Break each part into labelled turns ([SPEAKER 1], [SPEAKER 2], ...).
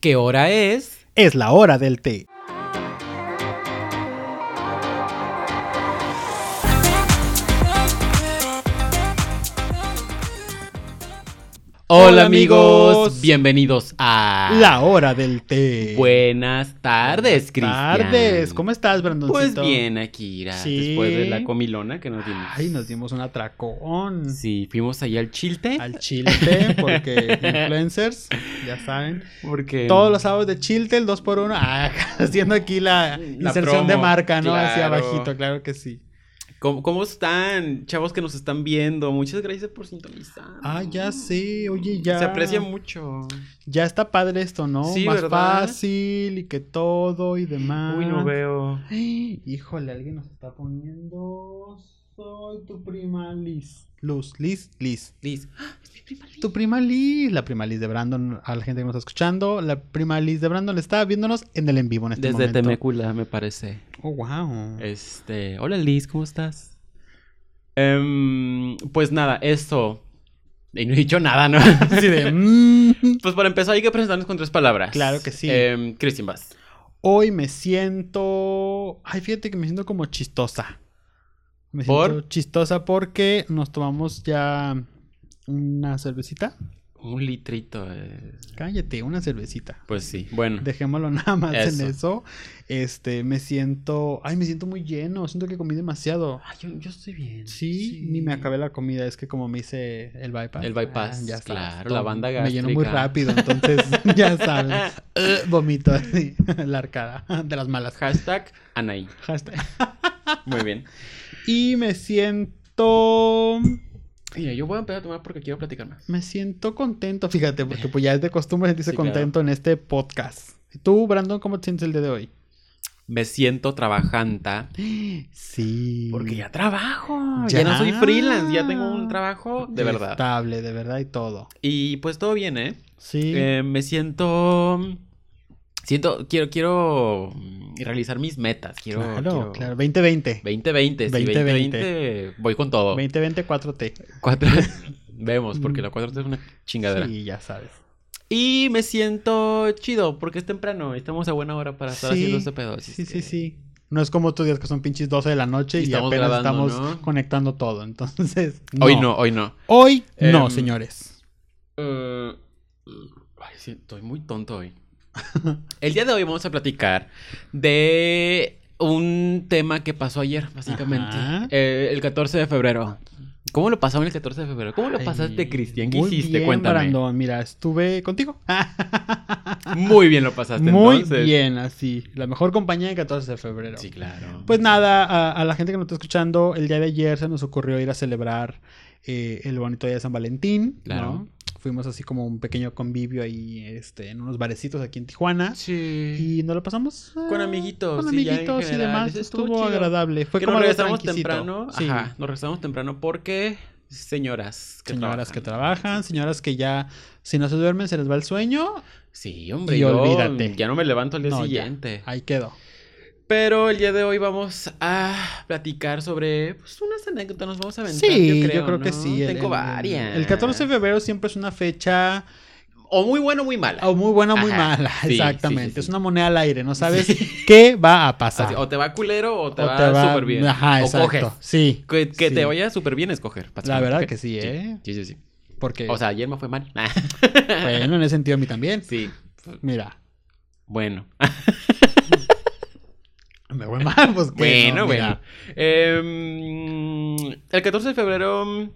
[SPEAKER 1] ¿Qué hora es?
[SPEAKER 2] Es la hora del té.
[SPEAKER 1] Hola, amigos, bienvenidos a
[SPEAKER 2] La hora del té.
[SPEAKER 1] Buenas tardes, Pues, Cristian.
[SPEAKER 2] tardes. ¿Cómo estás, Brandon?
[SPEAKER 1] Pues bien, Akira,
[SPEAKER 2] Sí.
[SPEAKER 1] después de la comilona que nos dimos.
[SPEAKER 2] Ay, nos dimos un atracón.
[SPEAKER 1] Sí, fuimos ahí al Chilte.
[SPEAKER 2] Al Chilte, porque influencers, ya saben.
[SPEAKER 1] Porque
[SPEAKER 2] Todos los sábados de Chilte, el 2x1. Ah, haciendo aquí la, inserción
[SPEAKER 1] promo,
[SPEAKER 2] de marca, ¿no? Hacia
[SPEAKER 1] claro.
[SPEAKER 2] abajito, claro que sí.
[SPEAKER 1] ¿Cómo, cómo están, chavos que nos están viendo? Muchas gracias por sintonizar.
[SPEAKER 2] Ah, ya sé, oye, ya.
[SPEAKER 1] Se aprecia mucho.
[SPEAKER 2] Ya está padre esto, ¿no?
[SPEAKER 1] Sí,
[SPEAKER 2] Más
[SPEAKER 1] ¿verdad?
[SPEAKER 2] fácil y que todo y demás.
[SPEAKER 1] Uy, no veo.
[SPEAKER 2] Híjole, alguien nos está poniendo. Soy tu prima Liz. Luz, Liz, Liz.
[SPEAKER 1] Liz. ¡Ah, es mi prima Liz!
[SPEAKER 2] Tu prima Liz, la prima Liz de Brandon, a la gente que nos está escuchando, la prima Liz de Brandon está viéndonos en el en vivo en este
[SPEAKER 1] Desde
[SPEAKER 2] momento.
[SPEAKER 1] Temécula, me parece.
[SPEAKER 2] Oh, wow.
[SPEAKER 1] Este, hola Liz, ¿cómo estás? Em, pues nada, eso. Y no he dicho nada, ¿no?
[SPEAKER 2] Así de, mm,
[SPEAKER 1] pues para empezar hay que presentarnos con tres palabras.
[SPEAKER 2] Claro que sí.
[SPEAKER 1] Em, Christian Bass.
[SPEAKER 2] hoy me siento. Ay, fíjate que me siento como chistosa. Me
[SPEAKER 1] ¿Por?
[SPEAKER 2] siento chistosa porque nos tomamos ya una cervecita.
[SPEAKER 1] Un litrito. eh,
[SPEAKER 2] Cállate, una cervecita.
[SPEAKER 1] Pues sí, bueno.
[SPEAKER 2] Dejémoslo nada más en
[SPEAKER 1] Eso.
[SPEAKER 2] eso. Este, me siento. Ay, me siento muy lleno. Siento que comí demasiado.
[SPEAKER 1] Ah, yo, yo estoy bien.
[SPEAKER 2] Sí, ni me acabé la comida. Es que como me hice el bypass.
[SPEAKER 1] El bypass,
[SPEAKER 2] ya sabes,
[SPEAKER 1] claro,
[SPEAKER 2] todo
[SPEAKER 1] la banda
[SPEAKER 2] Me llenó muy
[SPEAKER 1] gástrica.
[SPEAKER 2] rápido, entonces ya sabes. Eh, vomito así, la arcada de las malas.
[SPEAKER 1] Hashtag Anaí.
[SPEAKER 2] Hashtag.
[SPEAKER 1] Muy bien.
[SPEAKER 2] Y me siento.
[SPEAKER 1] Mira, yo voy a empezar a tomar porque quiero platicar más.
[SPEAKER 2] Me siento contento, fíjate, porque pues ya es de costumbre sentirse
[SPEAKER 1] Sí, claro.
[SPEAKER 2] contento en este podcast. ¿Y tú, Brandon, cómo te sientes el día de hoy?
[SPEAKER 1] Me siento trabajanta
[SPEAKER 2] Sí.
[SPEAKER 1] porque ya trabajo.
[SPEAKER 2] Ya.
[SPEAKER 1] Ya, no soy freelance, ya tengo un trabajo de verdad.
[SPEAKER 2] Estable, de verdad y todo.
[SPEAKER 1] Y pues todo bien, ¿eh?
[SPEAKER 2] Sí.
[SPEAKER 1] Eh, me siento. Siento, quiero, quiero mm, realizar mis metas. Quiero.
[SPEAKER 2] claro,
[SPEAKER 1] quiero-
[SPEAKER 2] claro. 2020.
[SPEAKER 1] 2020, sí,
[SPEAKER 2] 2020.
[SPEAKER 1] 2020. Voy con todo.
[SPEAKER 2] 2020 4T.
[SPEAKER 1] Cuatro- Vemos, porque la 4 es una chingadera.
[SPEAKER 2] Mm. Sí, ya sabes.
[SPEAKER 1] Y me siento chido, porque es temprano. Estamos a buena hora para estar
[SPEAKER 2] Sí,
[SPEAKER 1] haciendo este pedo. así
[SPEAKER 2] Sí,
[SPEAKER 1] es
[SPEAKER 2] sí,
[SPEAKER 1] que-
[SPEAKER 2] sí. No es como estos días que son pinches 12 de la noche
[SPEAKER 1] Y
[SPEAKER 2] y,
[SPEAKER 1] estamos
[SPEAKER 2] apenas
[SPEAKER 1] grabando,
[SPEAKER 2] estamos
[SPEAKER 1] ¿no?
[SPEAKER 2] conectando todo. Entonces.
[SPEAKER 1] Hoy no, hoy no.
[SPEAKER 2] Hoy no,
[SPEAKER 1] Em,
[SPEAKER 2] señores.
[SPEAKER 1] Eh, ay, sí, estoy muy tonto hoy. El día de hoy vamos a platicar de un tema que pasó ayer, básicamente.
[SPEAKER 2] Ajá.
[SPEAKER 1] Eh, el 14 de febrero. ¿Cómo lo pasamos el 14 de febrero? ¿Cómo lo pasaste,
[SPEAKER 2] Ay,
[SPEAKER 1] Cristian? ¿Qué
[SPEAKER 2] muy
[SPEAKER 1] hiciste?
[SPEAKER 2] bien,
[SPEAKER 1] Cuéntame.
[SPEAKER 2] Brandon. Mira, estuve contigo.
[SPEAKER 1] Muy bien lo pasaste
[SPEAKER 2] Muy
[SPEAKER 1] entonces.
[SPEAKER 2] bien, así. La mejor compañía de 14 de febrero.
[SPEAKER 1] Sí, claro.
[SPEAKER 2] Pues nada, a, a la gente que nos está escuchando, el día de ayer se nos ocurrió ir a celebrar eh, el bonito día de San Valentín.
[SPEAKER 1] Claro.
[SPEAKER 2] ¿no? Fuimos así como un pequeño convivio ahí este, en unos barecitos aquí en Tijuana.
[SPEAKER 1] Sí.
[SPEAKER 2] Y nos lo pasamos eh,
[SPEAKER 1] Con amiguitos,
[SPEAKER 2] Con
[SPEAKER 1] sí, ya en
[SPEAKER 2] amiguitos y
[SPEAKER 1] general,
[SPEAKER 2] demás.
[SPEAKER 1] eso
[SPEAKER 2] Estuvo,
[SPEAKER 1] estuvo chido.
[SPEAKER 2] agradable. Fue
[SPEAKER 1] Que
[SPEAKER 2] como
[SPEAKER 1] nos
[SPEAKER 2] algo
[SPEAKER 1] regresamos
[SPEAKER 2] tranquisito.
[SPEAKER 1] temprano.
[SPEAKER 2] Sí.
[SPEAKER 1] Ajá, nos regresamos temprano porque señoras que
[SPEAKER 2] señoras que
[SPEAKER 1] trabajan.
[SPEAKER 2] trabajan, señoras que ya, si no se duermen, se les va el sueño.
[SPEAKER 1] Sí, hombre,
[SPEAKER 2] Y
[SPEAKER 1] yo
[SPEAKER 2] olvídate.
[SPEAKER 1] ya no me levanto al día
[SPEAKER 2] No, ya.
[SPEAKER 1] siguiente.
[SPEAKER 2] Ahí quedó.
[SPEAKER 1] Pero el día de hoy vamos a platicar sobre pues, unas anécdotas. Nos vamos a aventar.
[SPEAKER 2] Sí,
[SPEAKER 1] yo creo,
[SPEAKER 2] que
[SPEAKER 1] ¿no?
[SPEAKER 2] sí. el-
[SPEAKER 1] Tengo
[SPEAKER 2] el-
[SPEAKER 1] varias.
[SPEAKER 2] El 14 de febrero siempre es una fecha
[SPEAKER 1] O muy bueno o muy mala.
[SPEAKER 2] O muy buena o muy
[SPEAKER 1] Ajá,
[SPEAKER 2] mala,
[SPEAKER 1] sí,
[SPEAKER 2] exactamente.
[SPEAKER 1] sí, sí, sí.
[SPEAKER 2] Es una moneda al aire, no sabes qué va a pasar.
[SPEAKER 1] Así, o te va culero o te
[SPEAKER 2] Ah. O
[SPEAKER 1] va
[SPEAKER 2] te va-
[SPEAKER 1] súper bien.
[SPEAKER 2] Ajá,
[SPEAKER 1] o
[SPEAKER 2] exacto.
[SPEAKER 1] coges.
[SPEAKER 2] Sí.
[SPEAKER 1] Que, que
[SPEAKER 2] Sí.
[SPEAKER 1] te vaya súper bien escoger.
[SPEAKER 2] La verdad
[SPEAKER 1] básicamente.
[SPEAKER 2] que sí, ¿eh?
[SPEAKER 1] Sí, sí, sí.
[SPEAKER 2] Porque,
[SPEAKER 1] O sea, ayer me fue mal. Ah,
[SPEAKER 2] bueno, en ese sentido a mí también.
[SPEAKER 1] sí.
[SPEAKER 2] Mira,
[SPEAKER 1] Bueno.
[SPEAKER 2] me voy mal, pues que
[SPEAKER 1] Bueno,
[SPEAKER 2] no, mira.
[SPEAKER 1] bueno. Em, el 14 de febrero.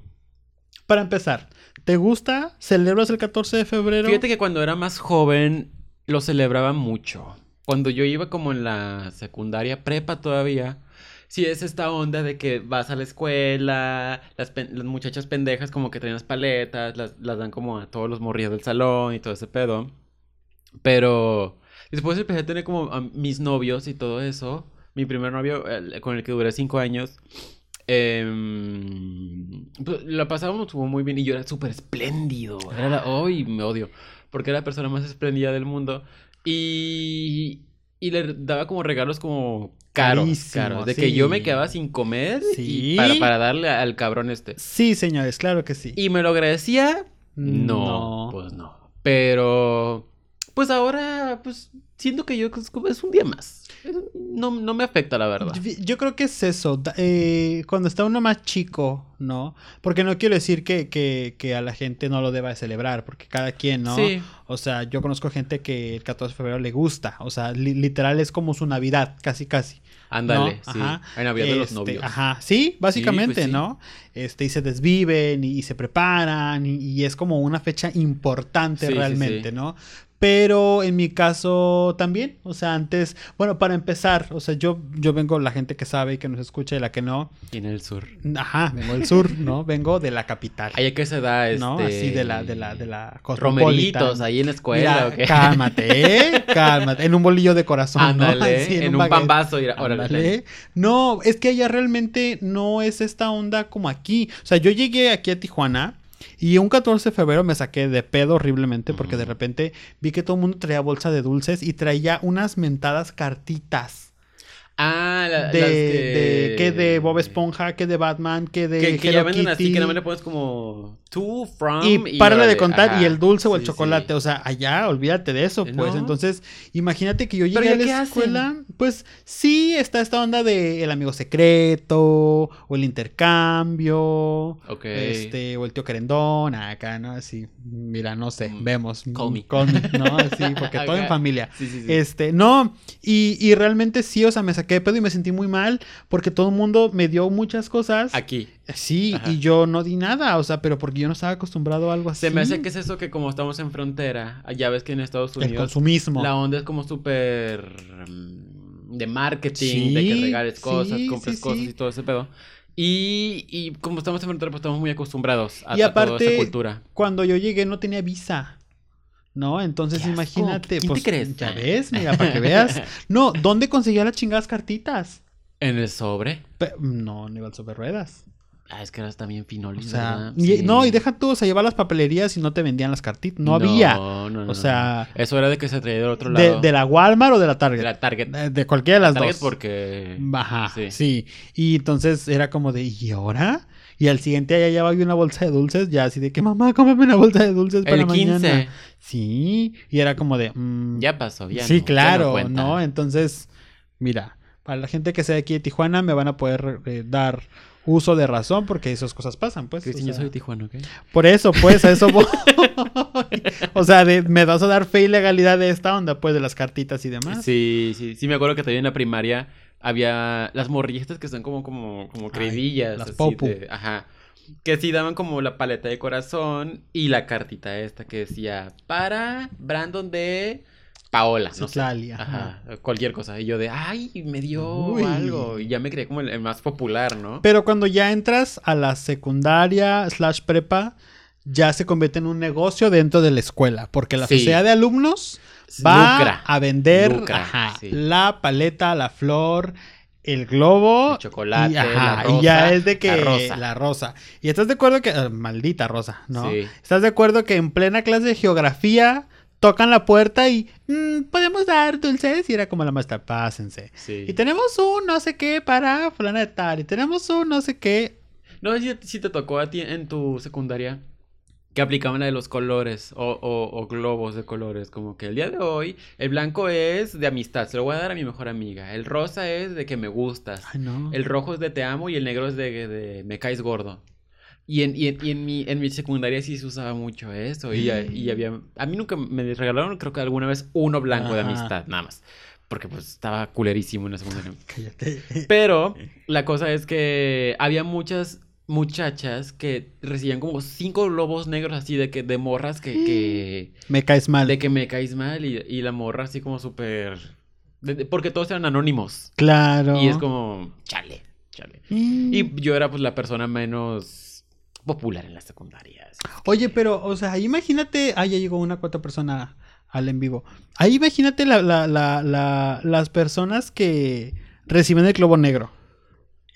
[SPEAKER 2] Para empezar, ¿te gusta? ¿Celebras el 14 de febrero?
[SPEAKER 1] Fíjate que cuando era más joven lo celebraba mucho. Cuando yo iba como en la secundaria prepa todavía, sí es esta onda de que vas a la escuela, las, pen- las muchachas pendejas como que traen las paletas, las, las dan como a todos los morrillos del salón y todo ese pedo. Pero después empecé a tener como a mis novios y todo eso. Mi primer novio, el- con el que duré cinco años, em, pues, la pasábamos como muy bien y yo era súper espléndido. Era la- ¡Ay, me odio! Porque era la persona más espléndida del mundo. Y, y le daba como regalos como caros,
[SPEAKER 2] Carísimo,
[SPEAKER 1] caros. De que yo me
[SPEAKER 2] sí.
[SPEAKER 1] quedaba sin comer y
[SPEAKER 2] Sí.
[SPEAKER 1] para, para darle al cabrón este.
[SPEAKER 2] Sí, señores, claro que sí.
[SPEAKER 1] Y me lo agradecía no, pues no. Pero, pues Pues ahora, pues siento que yo es como- es un día más. No, no me afecta, la verdad.
[SPEAKER 2] Yo- Yo creo que es eso. da- eh, cuando está uno más chico, ¿no? Porque no quiero decir que, que- que a la gente no lo deba de celebrar, porque cada quien, ¿no?
[SPEAKER 1] Sí.
[SPEAKER 2] O sea, yo conozco gente que el 14 de febrero le gusta. O sea, li- literal es como su Navidad, casi, casi.
[SPEAKER 1] Ándale,
[SPEAKER 2] ¿no?
[SPEAKER 1] sí.
[SPEAKER 2] Ajá.
[SPEAKER 1] En Navidad de los
[SPEAKER 2] Este,
[SPEAKER 1] novios.
[SPEAKER 2] Ajá, sí, básicamente,
[SPEAKER 1] sí.
[SPEAKER 2] ¿no? Este, y se desviven y, y se preparan y, y es como una fecha importante
[SPEAKER 1] Sí, sí,
[SPEAKER 2] realmente,
[SPEAKER 1] sí.
[SPEAKER 2] ¿no? Pero en mi caso también, o sea, antes, bueno, para empezar, o sea, yo, yo vengo, la gente que sabe y que nos escucha y la que no,
[SPEAKER 1] Y en el sur.
[SPEAKER 2] ajá, vengo del sur, ¿no? Vengo de la capital.
[SPEAKER 1] Allá que se da este.
[SPEAKER 2] ¿no? Así de la, de la, de la cosmopolitan.
[SPEAKER 1] Romeritos ahí en la escuela.
[SPEAKER 2] Mira,
[SPEAKER 1] ¿o qué?
[SPEAKER 2] Cálmate, ¿eh? Cálmate. En un bolillo de corazón. ¿no?
[SPEAKER 1] Ándale,
[SPEAKER 2] Así,
[SPEAKER 1] en, un
[SPEAKER 2] baguette.
[SPEAKER 1] pambazo. mira, órale.
[SPEAKER 2] Ándale. No, es que allá realmente no es esta onda como aquí. O sea, yo llegué aquí a Tijuana y un 14 de febrero me saqué de pedo horriblemente porque de
[SPEAKER 1] Ujú.
[SPEAKER 2] repente vi que todo el mundo traía bolsa de dulces y traía unas mentadas cartitas.
[SPEAKER 1] Ah, la,
[SPEAKER 2] de,
[SPEAKER 1] las
[SPEAKER 2] de- que de Bob Esponja, que de Batman, que de
[SPEAKER 1] Que, que
[SPEAKER 2] Hello
[SPEAKER 1] ya venden así,
[SPEAKER 2] Kitty.
[SPEAKER 1] que nada más le pones como. To, from.
[SPEAKER 2] Y párale
[SPEAKER 1] órale,
[SPEAKER 2] de contar,
[SPEAKER 1] ajá.
[SPEAKER 2] y el dulce o el
[SPEAKER 1] Sí, sí.
[SPEAKER 2] chocolate. O sea, allá, olvídate de eso,
[SPEAKER 1] Eh,
[SPEAKER 2] pues.
[SPEAKER 1] no.
[SPEAKER 2] Entonces, imagínate que yo
[SPEAKER 1] Pero
[SPEAKER 2] llegué
[SPEAKER 1] ¿ya
[SPEAKER 2] a
[SPEAKER 1] qué
[SPEAKER 2] la
[SPEAKER 1] hacen?
[SPEAKER 2] escuela. Pues sí, está esta onda de el amigo secreto, o el intercambio.
[SPEAKER 1] Ok.
[SPEAKER 2] Este, o el tío querendón, acá, ¿no? Así, mira, no sé,
[SPEAKER 1] Mm,
[SPEAKER 2] vemos.
[SPEAKER 1] call me.
[SPEAKER 2] ¿no? Así, porque todo en
[SPEAKER 1] Acá.
[SPEAKER 2] familia.
[SPEAKER 1] Sí, sí, sí.
[SPEAKER 2] Este, no, y, y realmente sí, o sea, me saqué de pedo y me sentí muy mal porque todo el mundo me dio muchas cosas.
[SPEAKER 1] Aquí.
[SPEAKER 2] Sí,
[SPEAKER 1] Ajá.
[SPEAKER 2] y yo no di nada, o sea, pero porque yo no estaba acostumbrado a algo así.
[SPEAKER 1] Se me hace que es eso que como estamos en frontera, ya ves que en Estados
[SPEAKER 2] el
[SPEAKER 1] Unidos
[SPEAKER 2] consumismo.
[SPEAKER 1] la onda es como súper mm, de marketing,
[SPEAKER 2] Sí,
[SPEAKER 1] de que regales cosas,
[SPEAKER 2] sí,
[SPEAKER 1] compres
[SPEAKER 2] sí,
[SPEAKER 1] cosas
[SPEAKER 2] sí.
[SPEAKER 1] y todo ese pedo. Y, y como estamos en frontera, pues estamos muy acostumbrados a,
[SPEAKER 2] Y
[SPEAKER 1] a toda
[SPEAKER 2] aparte,
[SPEAKER 1] esa cultura.
[SPEAKER 2] Cuando yo llegué no tenía visa. ¿No? Entonces
[SPEAKER 1] Qué asco,
[SPEAKER 2] imagínate,
[SPEAKER 1] ¿quién te
[SPEAKER 2] pues
[SPEAKER 1] crees?
[SPEAKER 2] ya ves, mira, para que veas. No, ¿dónde conseguía las chingadas cartitas?
[SPEAKER 1] En el sobre.
[SPEAKER 2] Pe- no, no iba al sobre ruedas.
[SPEAKER 1] Ah, es que eras también
[SPEAKER 2] O
[SPEAKER 1] finolis,
[SPEAKER 2] sea,
[SPEAKER 1] ¿verdad?
[SPEAKER 2] y-
[SPEAKER 1] Ah, Sí.
[SPEAKER 2] no, y deja tú, o sea, llevaba las papelerías y no te vendían las cartitas, no, había.
[SPEAKER 1] No, no, no,
[SPEAKER 2] O sea,
[SPEAKER 1] no. Eso era de que se traía del otro
[SPEAKER 2] De,
[SPEAKER 1] lado.
[SPEAKER 2] de la Walmart o de la Target.
[SPEAKER 1] De la Target.
[SPEAKER 2] De, de cualquiera de las
[SPEAKER 1] Target
[SPEAKER 2] dos.
[SPEAKER 1] porque...
[SPEAKER 2] Ajá, sí.
[SPEAKER 1] Sí.
[SPEAKER 2] Y entonces era como de, ¿y ahora? Y al siguiente allá llevaba yo una bolsa de dulces, ya así de que, mamá, cómeme una bolsa de dulces para
[SPEAKER 1] El 15
[SPEAKER 2] mañana. Sí, y era como de, mm,
[SPEAKER 1] ya pasó, ya
[SPEAKER 2] sí,
[SPEAKER 1] no, ya
[SPEAKER 2] claro, no,
[SPEAKER 1] cuenta.
[SPEAKER 2] Entonces, mira, para la gente que sea de aquí de Tijuana me van a poder eh, dar uso de razón porque esas cosas pasan, pues.
[SPEAKER 1] Cristian,
[SPEAKER 2] o
[SPEAKER 1] yo
[SPEAKER 2] sea,
[SPEAKER 1] soy de Tijuana, ¿ok?
[SPEAKER 2] Por eso, pues, a eso voy. o sea, de- me vas a dar fe y legalidad de esta onda, pues, de las cartitas y demás.
[SPEAKER 1] Sí, sí, sí, me acuerdo que también en la primaria había las morrillitas que son como, como, como creidillas.
[SPEAKER 2] las
[SPEAKER 1] así
[SPEAKER 2] popu.
[SPEAKER 1] de- ajá. Que sí daban como la paleta de corazón y la cartita esta que decía para Brandon de Paola, no sé.
[SPEAKER 2] Citlali, ajá.
[SPEAKER 1] Ajá, cualquier cosa. Y yo de, ay, me dio
[SPEAKER 2] Uy.
[SPEAKER 1] algo. Y ya me creía como el, el más popular, ¿no?
[SPEAKER 2] Pero cuando ya entras a la secundaria slash prepa, ya se convierte en un negocio dentro de la escuela, porque la
[SPEAKER 1] Sí.
[SPEAKER 2] sociedad de alumnos va
[SPEAKER 1] Lucra.
[SPEAKER 2] a vender
[SPEAKER 1] Lucra,
[SPEAKER 2] ajá,
[SPEAKER 1] sí.
[SPEAKER 2] la paleta, la flor, el globo.
[SPEAKER 1] El chocolate,
[SPEAKER 2] y, ajá,
[SPEAKER 1] la
[SPEAKER 2] y ya
[SPEAKER 1] rosa,
[SPEAKER 2] es de que
[SPEAKER 1] la rosa.
[SPEAKER 2] Y estás de acuerdo que. ah, maldita rosa, ¿no?
[SPEAKER 1] Sí.
[SPEAKER 2] ¿Estás de acuerdo que en plena clase de geografía tocan la puerta y. "Mm, Podemos dar dulces? Y era como la maestra, pásense.
[SPEAKER 1] Sí.
[SPEAKER 2] Y tenemos un no sé qué para fulana de tal. Y tenemos un no sé qué.
[SPEAKER 1] No, si, si te tocó a ti en tu secundaria que aplicaban la de los colores o, o- o globos de colores. Como que el día de hoy, el blanco es de amistad, se lo voy a dar a mi mejor amiga. El rosa es de que me gustas.
[SPEAKER 2] Ay, no.
[SPEAKER 1] El rojo es de te amo y el negro es de, de me caes gordo. Y en, y en- y en mi, en mi secundaria sí se usaba mucho eso. Y, y había. A mí nunca me regalaron, creo que alguna vez, uno blanco de
[SPEAKER 2] Ajá.
[SPEAKER 1] amistad, nada más. Porque pues estaba culerísimo en la secundaria.
[SPEAKER 2] Cállate.
[SPEAKER 1] Pero la cosa es que había muchas muchachas que recibían como cinco globos negros así de que de morras que, que
[SPEAKER 2] Me caes mal.
[SPEAKER 1] de que me caes mal y, y la morra así como súper de- de- porque todos eran anónimos
[SPEAKER 2] Claro.
[SPEAKER 1] y es como chale, chale.
[SPEAKER 2] Y-
[SPEAKER 1] Y yo era pues la persona menos popular en la secundaria. así que-
[SPEAKER 2] Oye, pero, o sea, ahí imagínate. Ah, ya llegó una cuarta persona al en vivo. Ahí imagínate la- la- la- la- las personas que reciben el globo negro.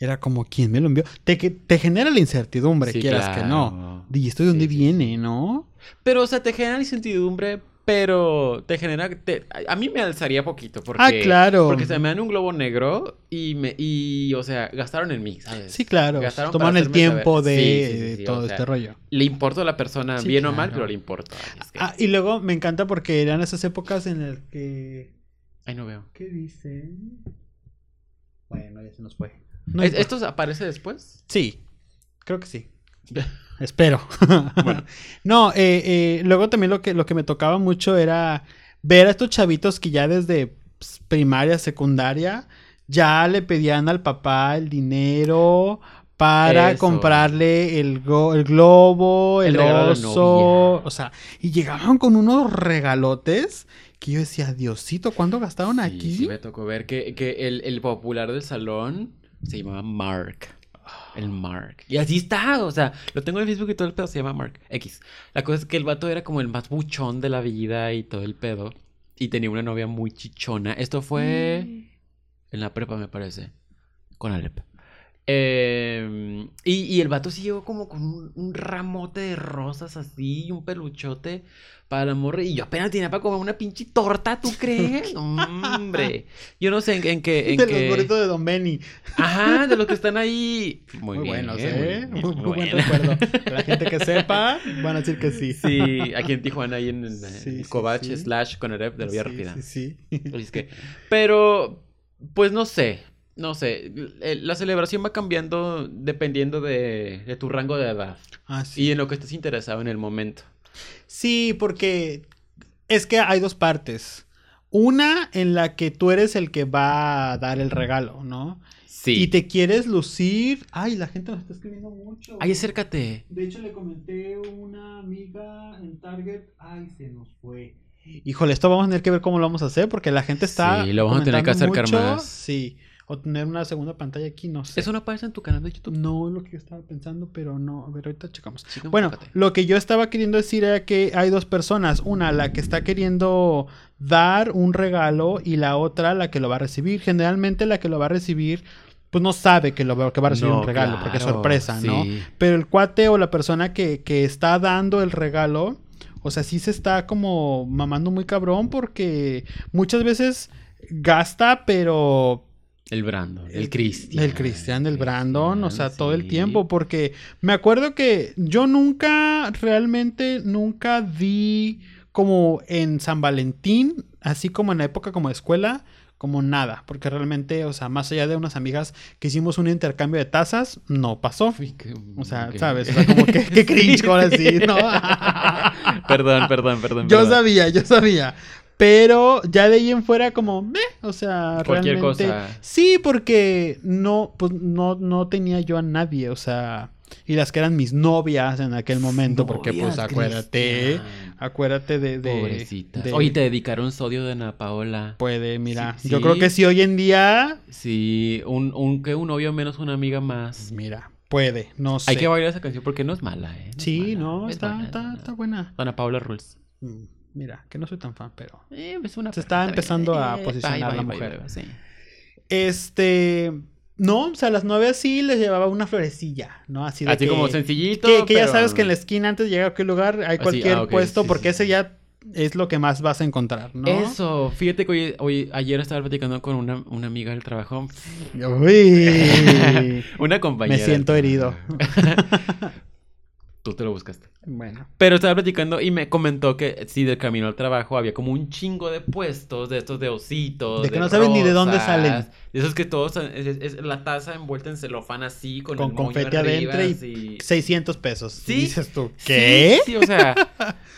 [SPEAKER 2] Era como, ¿quién me lo envió? Te, que- te genera la incertidumbre,
[SPEAKER 1] Sí,
[SPEAKER 2] quieras que no.
[SPEAKER 1] claro.
[SPEAKER 2] ¿Y esto de dónde
[SPEAKER 1] Sí, sí,
[SPEAKER 2] viene, no?
[SPEAKER 1] Pero o sea, te genera incertidumbre Pero te genera. te- a- a mí me alzaría poquito. Porque,
[SPEAKER 2] Ah, claro.
[SPEAKER 1] Porque se me dan un globo negro y, me, y o sea, gastaron en mí, ¿sabes?
[SPEAKER 2] Sí, claro.
[SPEAKER 1] Gastaron
[SPEAKER 2] Toman
[SPEAKER 1] para
[SPEAKER 2] el
[SPEAKER 1] hacerme saber.
[SPEAKER 2] tiempo de,
[SPEAKER 1] Sí, sí, sí,
[SPEAKER 2] de
[SPEAKER 1] sí,
[SPEAKER 2] todo
[SPEAKER 1] o sea,
[SPEAKER 2] este rollo.
[SPEAKER 1] Le importa a la persona,
[SPEAKER 2] Sí,
[SPEAKER 1] bien o mal,
[SPEAKER 2] claro.
[SPEAKER 1] pero le importa. Ay, es que-
[SPEAKER 2] Ah, y luego me encanta porque eran esas épocas en las que.
[SPEAKER 1] ay, no veo.
[SPEAKER 2] ¿Qué dicen? Bueno, ya se nos fue.
[SPEAKER 1] ¿Es- ¿Esto aparece después?
[SPEAKER 2] Sí, creo que sí. Espero.
[SPEAKER 1] Bueno.
[SPEAKER 2] No, eh, eh, luego también lo que, lo que me tocaba mucho era ver a estos chavitos que ya desde pues, primaria, secundaria, ya le pedían al papá el dinero para
[SPEAKER 1] Eso.
[SPEAKER 2] comprarle el, go- el globo,
[SPEAKER 1] El
[SPEAKER 2] el,
[SPEAKER 1] regalo de
[SPEAKER 2] oso,
[SPEAKER 1] novia.
[SPEAKER 2] o sea, y llegaban con unos regalotes que yo decía, Diosito, ¿cuándo gastaron
[SPEAKER 1] Sí,
[SPEAKER 2] aquí?
[SPEAKER 1] sí me tocó ver que, que el, el popular del salón se llamaba Mark. El Mark. Y así está, o sea, lo tengo en Facebook y todo el pedo se llama Mark. X. La cosa es que el vato era como el más buchón de la vida y todo el pedo. Y tenía una novia muy chichona. Esto
[SPEAKER 2] Mm.
[SPEAKER 1] fue en la prepa, me parece. Con Alep. Eh, y, y el vato sí llegó como con un, un ramote de rosas así, y un peluchote para la morra. Y yo apenas tenía para comer una pinche torta, ¿tú crees? Hombre. Yo no sé en, en qué. En
[SPEAKER 2] de
[SPEAKER 1] qué-
[SPEAKER 2] los gorritos de Don Benny.
[SPEAKER 1] Ajá, de los que están ahí. Muy,
[SPEAKER 2] Muy,
[SPEAKER 1] bien,
[SPEAKER 2] buenos,
[SPEAKER 1] ¿eh?
[SPEAKER 2] ¿eh? Muy, muy buen
[SPEAKER 1] bueno.
[SPEAKER 2] recuerdo. La gente que sepa, van a decir que sí.
[SPEAKER 1] Sí, aquí en Tijuana, ahí en, en, eh,
[SPEAKER 2] Sí, sí,
[SPEAKER 1] Covach
[SPEAKER 2] sí.
[SPEAKER 1] slash con Arep de la Vía
[SPEAKER 2] Sí,
[SPEAKER 1] Rápida.
[SPEAKER 2] Sí, sí.
[SPEAKER 1] Así es que- pero, pues no sé, no sé. Eh, La celebración va cambiando dependiendo de, de tu rango de edad
[SPEAKER 2] Ah, sí.
[SPEAKER 1] y en lo que estés interesado en el momento.
[SPEAKER 2] Sí, porque es que hay dos partes. Una en la que tú eres el que va a dar el regalo, ¿no?
[SPEAKER 1] Sí.
[SPEAKER 2] Y te quieres lucir. Ay, la gente nos está escribiendo mucho.
[SPEAKER 1] Ahí acércate.
[SPEAKER 2] De hecho, le comenté una amiga en Target. Ay, se nos fue. Híjole, esto vamos a tener que ver cómo lo vamos a hacer porque la gente está.
[SPEAKER 1] Sí, lo vamos a tener que
[SPEAKER 2] comentando
[SPEAKER 1] acercar
[SPEAKER 2] mucho.
[SPEAKER 1] más.
[SPEAKER 2] Sí. O tener una segunda pantalla aquí, no sé.
[SPEAKER 1] Eso no aparece en tu canal de YouTube.
[SPEAKER 2] No, lo que yo estaba pensando, pero no. A ver, ahorita checamos.
[SPEAKER 1] Chica,
[SPEAKER 2] Bueno,
[SPEAKER 1] enfócate.
[SPEAKER 2] lo que yo estaba queriendo decir era que hay dos personas. Una, la que está queriendo dar un regalo y la otra, la que lo va a recibir. Generalmente la que lo va a recibir, pues no sabe que, lo va, que va a recibir
[SPEAKER 1] No,
[SPEAKER 2] un regalo, porque es
[SPEAKER 1] claro,
[SPEAKER 2] sorpresa, ¿no?
[SPEAKER 1] sí.
[SPEAKER 2] Pero el cuate o la persona que, que está dando el regalo, o sea, sí se está como mamando muy cabrón porque muchas veces gasta, pero
[SPEAKER 1] El Brandon, el Cristian.
[SPEAKER 2] el Cristian, el Brandon, o sea,
[SPEAKER 1] Cristian,
[SPEAKER 2] todo el
[SPEAKER 1] sí.
[SPEAKER 2] tiempo, porque me acuerdo que yo nunca, realmente nunca di como en San Valentín, así como en la época como de escuela, como nada, porque realmente, o sea, más allá de unas amigas que hicimos un intercambio de tazas, no pasó.
[SPEAKER 1] Uy, qué-
[SPEAKER 2] O sea,
[SPEAKER 1] qué-
[SPEAKER 2] ¿sabes? O sea, como que, qué cringe ahora sí, ¿no?
[SPEAKER 1] perdón, perdón, perdón.
[SPEAKER 2] Yo
[SPEAKER 1] perdón.
[SPEAKER 2] sabía, yo sabía. Pero ya de ahí en fuera como, meh, o sea,
[SPEAKER 1] Cualquier
[SPEAKER 2] realmente-
[SPEAKER 1] cosa.
[SPEAKER 2] Sí, porque no, pues no, no tenía yo a nadie, o sea, y las que eran mis novias en aquel momento, porque pues
[SPEAKER 1] Novias,
[SPEAKER 2] acuérdate,
[SPEAKER 1] Cristian.
[SPEAKER 2] acuérdate de, de
[SPEAKER 1] Pobrecitas.
[SPEAKER 2] de-
[SPEAKER 1] Oye, te dedicaron sodio de Ana Paola.
[SPEAKER 2] puede, mira,
[SPEAKER 1] Sí,
[SPEAKER 2] yo
[SPEAKER 1] sí.
[SPEAKER 2] creo que si hoy en día,
[SPEAKER 1] Sí, un, un, que un novio menos una amiga más.
[SPEAKER 2] pues, mira, puede, no sé.
[SPEAKER 1] Hay que bailar esa canción porque no es mala, ¿eh? es
[SPEAKER 2] sí,
[SPEAKER 1] mala,
[SPEAKER 2] no,
[SPEAKER 1] es
[SPEAKER 2] está,
[SPEAKER 1] buena, es
[SPEAKER 2] está,
[SPEAKER 1] buena.
[SPEAKER 2] está buena.
[SPEAKER 1] Ana Paula Rules.
[SPEAKER 2] Mm, Mira, que no soy tan fan, pero
[SPEAKER 1] Eh, es una perrita
[SPEAKER 2] Se está
[SPEAKER 1] bien.
[SPEAKER 2] empezando a
[SPEAKER 1] Eh,
[SPEAKER 2] posicionar
[SPEAKER 1] bye,
[SPEAKER 2] la
[SPEAKER 1] bye,
[SPEAKER 2] mujer.
[SPEAKER 1] bye, bye, sí.
[SPEAKER 2] Este. No, o sea, a las novias sí les llevaba una florecilla, ¿no? Así de
[SPEAKER 1] Así
[SPEAKER 2] que,
[SPEAKER 1] como sencillito.
[SPEAKER 2] que, que ya
[SPEAKER 1] pero-
[SPEAKER 2] sabes que en la esquina antes de llegar a cualquier lugar hay
[SPEAKER 1] sí,
[SPEAKER 2] cualquier
[SPEAKER 1] ah, ok,
[SPEAKER 2] puesto,
[SPEAKER 1] sí,
[SPEAKER 2] porque
[SPEAKER 1] sí,
[SPEAKER 2] ese
[SPEAKER 1] sí.
[SPEAKER 2] ya es lo que más vas a encontrar, ¿no?
[SPEAKER 1] Eso, fíjate que hoy, hoy- ayer estaba platicando con una, una amiga del trabajo.
[SPEAKER 2] Uy,
[SPEAKER 1] Una compañera.
[SPEAKER 2] me siento herido.
[SPEAKER 1] Tú te lo buscaste.
[SPEAKER 2] bueno.
[SPEAKER 1] Pero estaba platicando y me comentó que sí, del camino al trabajo había como un chingo de puestos de estos de ositos.
[SPEAKER 2] De que no sabes ni de dónde salen.
[SPEAKER 1] De esos que todos es, es- es la taza envuelta en celofán así, con,
[SPEAKER 2] Con
[SPEAKER 1] el moño
[SPEAKER 2] confeti
[SPEAKER 1] arriba,
[SPEAKER 2] adentro y-
[SPEAKER 1] así.
[SPEAKER 2] 600 pesos.
[SPEAKER 1] Sí.
[SPEAKER 2] Y Dices tú, ¿qué?
[SPEAKER 1] Sí, sí, o sea.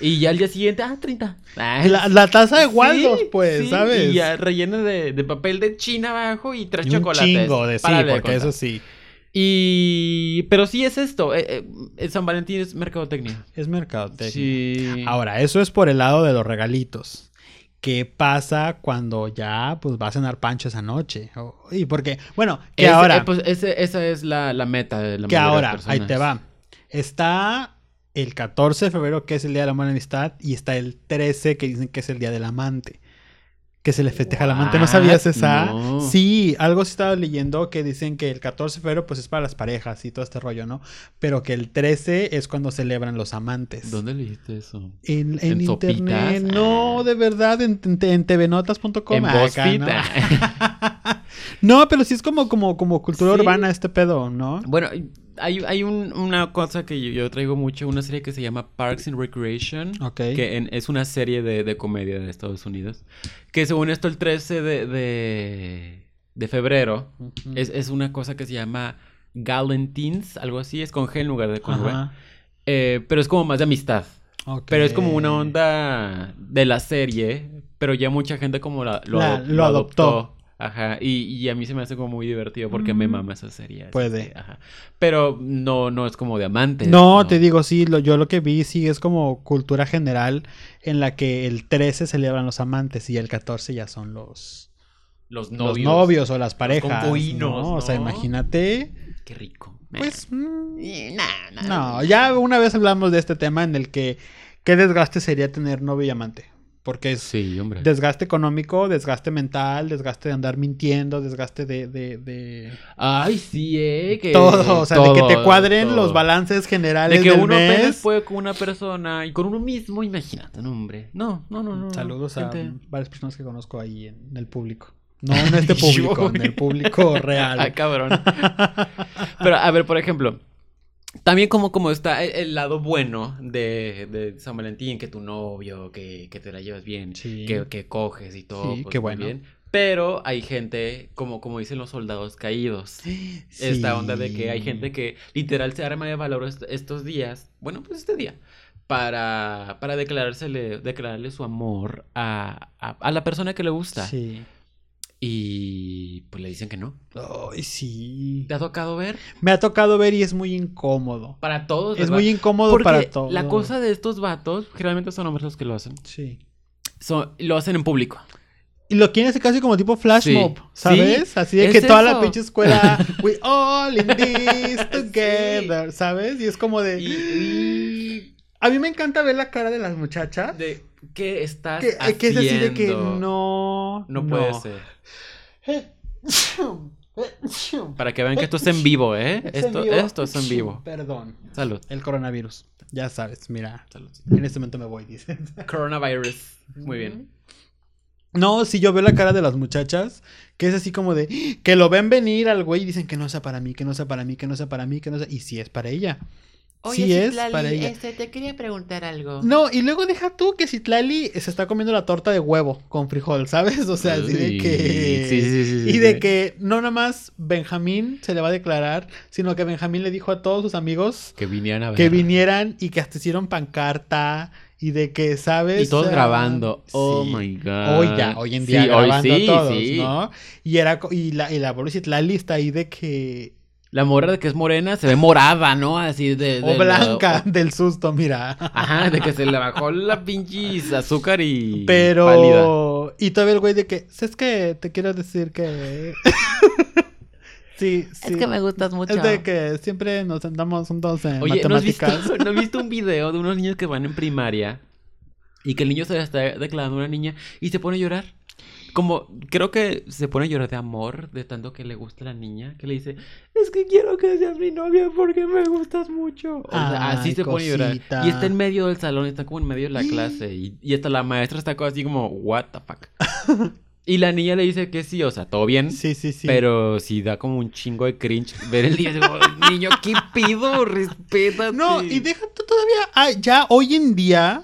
[SPEAKER 1] Y ya al día siguiente, ah, 30. Ah,
[SPEAKER 2] La, la taza de
[SPEAKER 1] sí,
[SPEAKER 2] Waldos, pues,
[SPEAKER 1] sí,
[SPEAKER 2] ¿sabes?
[SPEAKER 1] Y ya rellena de, de papel de China abajo y tres
[SPEAKER 2] Y un
[SPEAKER 1] chocolates.
[SPEAKER 2] chingo de sí,
[SPEAKER 1] Párale de
[SPEAKER 2] porque
[SPEAKER 1] contar.
[SPEAKER 2] eso sí.
[SPEAKER 1] Y. Pero sí es esto. eh, eh, el San Valentín es mercadotecnia.
[SPEAKER 2] Es mercadotecnia.
[SPEAKER 1] Sí.
[SPEAKER 2] Ahora, eso es por el lado de los regalitos. ¿Qué pasa cuando ya pues va a cenar Pancho esa noche? O- y porque, bueno, que
[SPEAKER 1] Ese-
[SPEAKER 2] ahora,
[SPEAKER 1] eh, pues ese- esa es la, la meta de la
[SPEAKER 2] que
[SPEAKER 1] mayoría de
[SPEAKER 2] ahora,
[SPEAKER 1] personas.
[SPEAKER 2] ahí te va. Está el 14 de febrero que es el Día del Amor y Amistad y está el 13 que dicen que es el Día del Amante. que se le festeja al amante. ¿No sabías
[SPEAKER 1] What?
[SPEAKER 2] esa?
[SPEAKER 1] No.
[SPEAKER 2] Sí, algo sí estaba leyendo que dicen que el 14 de febrero pues es para las parejas y todo este rollo, ¿no? Pero que el 13 es cuando celebran los amantes.
[SPEAKER 1] ¿Dónde leíste eso?
[SPEAKER 2] En, en
[SPEAKER 1] Pues ¿En
[SPEAKER 2] internet.
[SPEAKER 1] Sopitas?
[SPEAKER 2] No,
[SPEAKER 1] Ah.
[SPEAKER 2] de verdad, en, en, en tvnotas.com.
[SPEAKER 1] En
[SPEAKER 2] acá,
[SPEAKER 1] BuzzFeed.
[SPEAKER 2] ¿no? No, pero sí es como, como, como cultura
[SPEAKER 1] Sí.
[SPEAKER 2] urbana este pedo, ¿no?
[SPEAKER 1] Bueno, hay, hay un- una cosa que yo, yo traigo mucho, una serie que se llama Parks and Recreation,
[SPEAKER 2] Ok.
[SPEAKER 1] que en- es una serie de, de comedia de Estados Unidos, que según esto el 13 de, de, de febrero
[SPEAKER 2] Ujú.
[SPEAKER 1] es, es una cosa que se llama Galentines, algo así, es con G en lugar de con V.
[SPEAKER 2] Ajá.
[SPEAKER 1] Eh, pero es como más de amistad,
[SPEAKER 2] Ok.
[SPEAKER 1] pero es como una onda de la serie, pero ya mucha gente como la- lo,
[SPEAKER 2] La-
[SPEAKER 1] adop-
[SPEAKER 2] lo
[SPEAKER 1] lo
[SPEAKER 2] adoptó.
[SPEAKER 1] adoptó. Ajá, y, y a mí se me hace como muy divertido porque me
[SPEAKER 2] Mm.
[SPEAKER 1] mama esa serie. así
[SPEAKER 2] Puede.
[SPEAKER 1] que, ajá. Pero no, no es como de amantes.
[SPEAKER 2] No, te digo, sí, lo- yo lo que vi, sí, es como cultura general en la que el 13 celebran los amantes y el 14 ya son los
[SPEAKER 1] Los
[SPEAKER 2] los novios,
[SPEAKER 1] novios.
[SPEAKER 2] o las parejas.
[SPEAKER 1] concubinos,
[SPEAKER 2] ¿no? O sea,
[SPEAKER 1] ¿no?
[SPEAKER 2] imagínate.
[SPEAKER 1] Qué rico.
[SPEAKER 2] Pues, mm,
[SPEAKER 1] Eh, nah, nah.
[SPEAKER 2] no, ya una vez hablamos de este tema en el que qué desgaste sería tener novio y amante. Porque es
[SPEAKER 1] Sí, hombre.
[SPEAKER 2] desgaste económico, desgaste mental, desgaste de andar mintiendo, desgaste de... de- de-
[SPEAKER 1] Ay, sí, eh. Que...
[SPEAKER 2] todo, o sea, de que te
[SPEAKER 1] todo,
[SPEAKER 2] cuadren
[SPEAKER 1] todo.
[SPEAKER 2] los balances generales
[SPEAKER 1] De que
[SPEAKER 2] del
[SPEAKER 1] uno
[SPEAKER 2] mes.
[SPEAKER 1] apenas puede con una persona y con uno mismo, imagínate, no, hombre. No, no, no, no. no.
[SPEAKER 2] Saludos a
[SPEAKER 1] Gente-
[SPEAKER 2] varias personas que conozco ahí en, el público. No en este público, en el público
[SPEAKER 1] Ah,
[SPEAKER 2] real.
[SPEAKER 1] cabrón. Pero, a ver, por ejemplo, también como, como está el, el lado bueno de, de San Valentín, que tu novio, que, que te la llevas bien,
[SPEAKER 2] Sí.
[SPEAKER 1] que, que coges y todo.
[SPEAKER 2] Sí,
[SPEAKER 1] pues,
[SPEAKER 2] qué
[SPEAKER 1] muy
[SPEAKER 2] bueno.
[SPEAKER 1] Pero hay gente, como, como dicen los soldados caídos, esta onda de que hay gente que literal se arma de valor est- estos días, bueno, pues este día, para, para declarársele, declararle su amor a, a, a la persona que le gusta.
[SPEAKER 2] Sí.
[SPEAKER 1] Y pues le dicen que no.
[SPEAKER 2] Ay, sí.
[SPEAKER 1] ¿Te ha tocado ver?
[SPEAKER 2] Me ha tocado ver y es muy incómodo.
[SPEAKER 1] Para todos.
[SPEAKER 2] Es
[SPEAKER 1] ¿verdad?
[SPEAKER 2] muy incómodo
[SPEAKER 1] Porque
[SPEAKER 2] para todos.
[SPEAKER 1] La cosa de estos vatos, generalmente son hombres los que lo hacen.
[SPEAKER 2] Sí.
[SPEAKER 1] son- lo hacen en público.
[SPEAKER 2] Y lo quieren hacer casi como tipo flash
[SPEAKER 1] Sí.
[SPEAKER 2] mob,
[SPEAKER 1] Sí,
[SPEAKER 2] ¿sabes? Así de
[SPEAKER 1] es
[SPEAKER 2] que toda la
[SPEAKER 1] eso.
[SPEAKER 2] pinche escuela, we all in this together, ¿sabes? Y es como de...
[SPEAKER 1] Y,
[SPEAKER 2] A mí me encanta ver la cara de las muchachas.
[SPEAKER 1] de qué estás
[SPEAKER 2] que, eh,
[SPEAKER 1] haciendo.
[SPEAKER 2] que es así de que no...
[SPEAKER 1] No puede ser. Para que vean que esto es en vivo, ¿eh?
[SPEAKER 2] Es en
[SPEAKER 1] esto,
[SPEAKER 2] vivo.
[SPEAKER 1] esto es en vivo.
[SPEAKER 2] Perdón.
[SPEAKER 1] Salud.
[SPEAKER 2] El coronavirus. Ya sabes, mira.
[SPEAKER 1] Salud.
[SPEAKER 2] En este momento me voy, dice.
[SPEAKER 1] Coronavirus. Muy bien.
[SPEAKER 2] No, si yo veo la cara de las muchachas, que es así como de que lo ven venir al güey y dicen que no sea para mí, que no sea para mí, que no sea para mí, que no sea. Y si es para ella.
[SPEAKER 3] Oye,
[SPEAKER 2] Sí es
[SPEAKER 3] Citlali,
[SPEAKER 2] para ella.
[SPEAKER 3] Este, te quería preguntar algo.
[SPEAKER 2] No, y luego deja tú que Citlali se está comiendo la torta de huevo con frijol, ¿sabes? O sea, así de
[SPEAKER 1] Uy,
[SPEAKER 2] que.
[SPEAKER 1] sí, sí, sí, sí,
[SPEAKER 2] Y de
[SPEAKER 1] sí.
[SPEAKER 2] que no nada más Benjamín se le va a declarar, sino que Benjamín le dijo a todos sus amigos
[SPEAKER 1] Que vinieran a ver.
[SPEAKER 2] que vinieran y que hasta hicieron pancarta y de que, ¿sabes?
[SPEAKER 1] Y todos
[SPEAKER 2] Ah,
[SPEAKER 1] grabando. Oh
[SPEAKER 2] sí.
[SPEAKER 1] my god.
[SPEAKER 2] Hoy ya, hoy en día
[SPEAKER 1] Ah, Sí, hoy
[SPEAKER 2] grabando
[SPEAKER 1] sí,
[SPEAKER 2] todos,
[SPEAKER 1] sí.
[SPEAKER 2] ¿no? Y era co- y la y la pobre Citlali está ahí de que
[SPEAKER 1] La morra de que es morena se ve morada, ¿no? Así de. de
[SPEAKER 2] o
[SPEAKER 1] la-
[SPEAKER 2] blanca del susto, mira.
[SPEAKER 1] Ajá, de que se le bajó la pinche azúcar y.
[SPEAKER 2] Pero
[SPEAKER 1] Pálida.
[SPEAKER 2] y todavía el güey de que, "Es que te quiero decir que Sí, sí.
[SPEAKER 3] Es que me gustas mucho.
[SPEAKER 2] Es de que siempre nos andamos juntos en
[SPEAKER 1] Oye, ¿no has, visto,
[SPEAKER 2] matemáticas.
[SPEAKER 1] ¿no has visto un video de unos niños que van en primaria y que el niño se le está declarando a una niña y se pone a llorar? Como, creo que se pone a llorar de amor, de tanto que le gusta la niña, que le dice, es que quiero que seas mi novia porque me gustas mucho. O sea,
[SPEAKER 2] Ay,
[SPEAKER 1] así se pone a llorar.
[SPEAKER 2] cosita.
[SPEAKER 1] Y está en medio del salón, está como en medio de la clase. Y, y hasta la maestra está como así como, what the fuck. y la niña le dice que sí, o sea, todo bien.
[SPEAKER 2] Sí, sí, sí.
[SPEAKER 1] Pero sí da como un chingo de cringe ver el día. Como, Niño, ¿qué pido? Respétate.
[SPEAKER 2] No, y deja tú todavía. ah, ya hoy en día.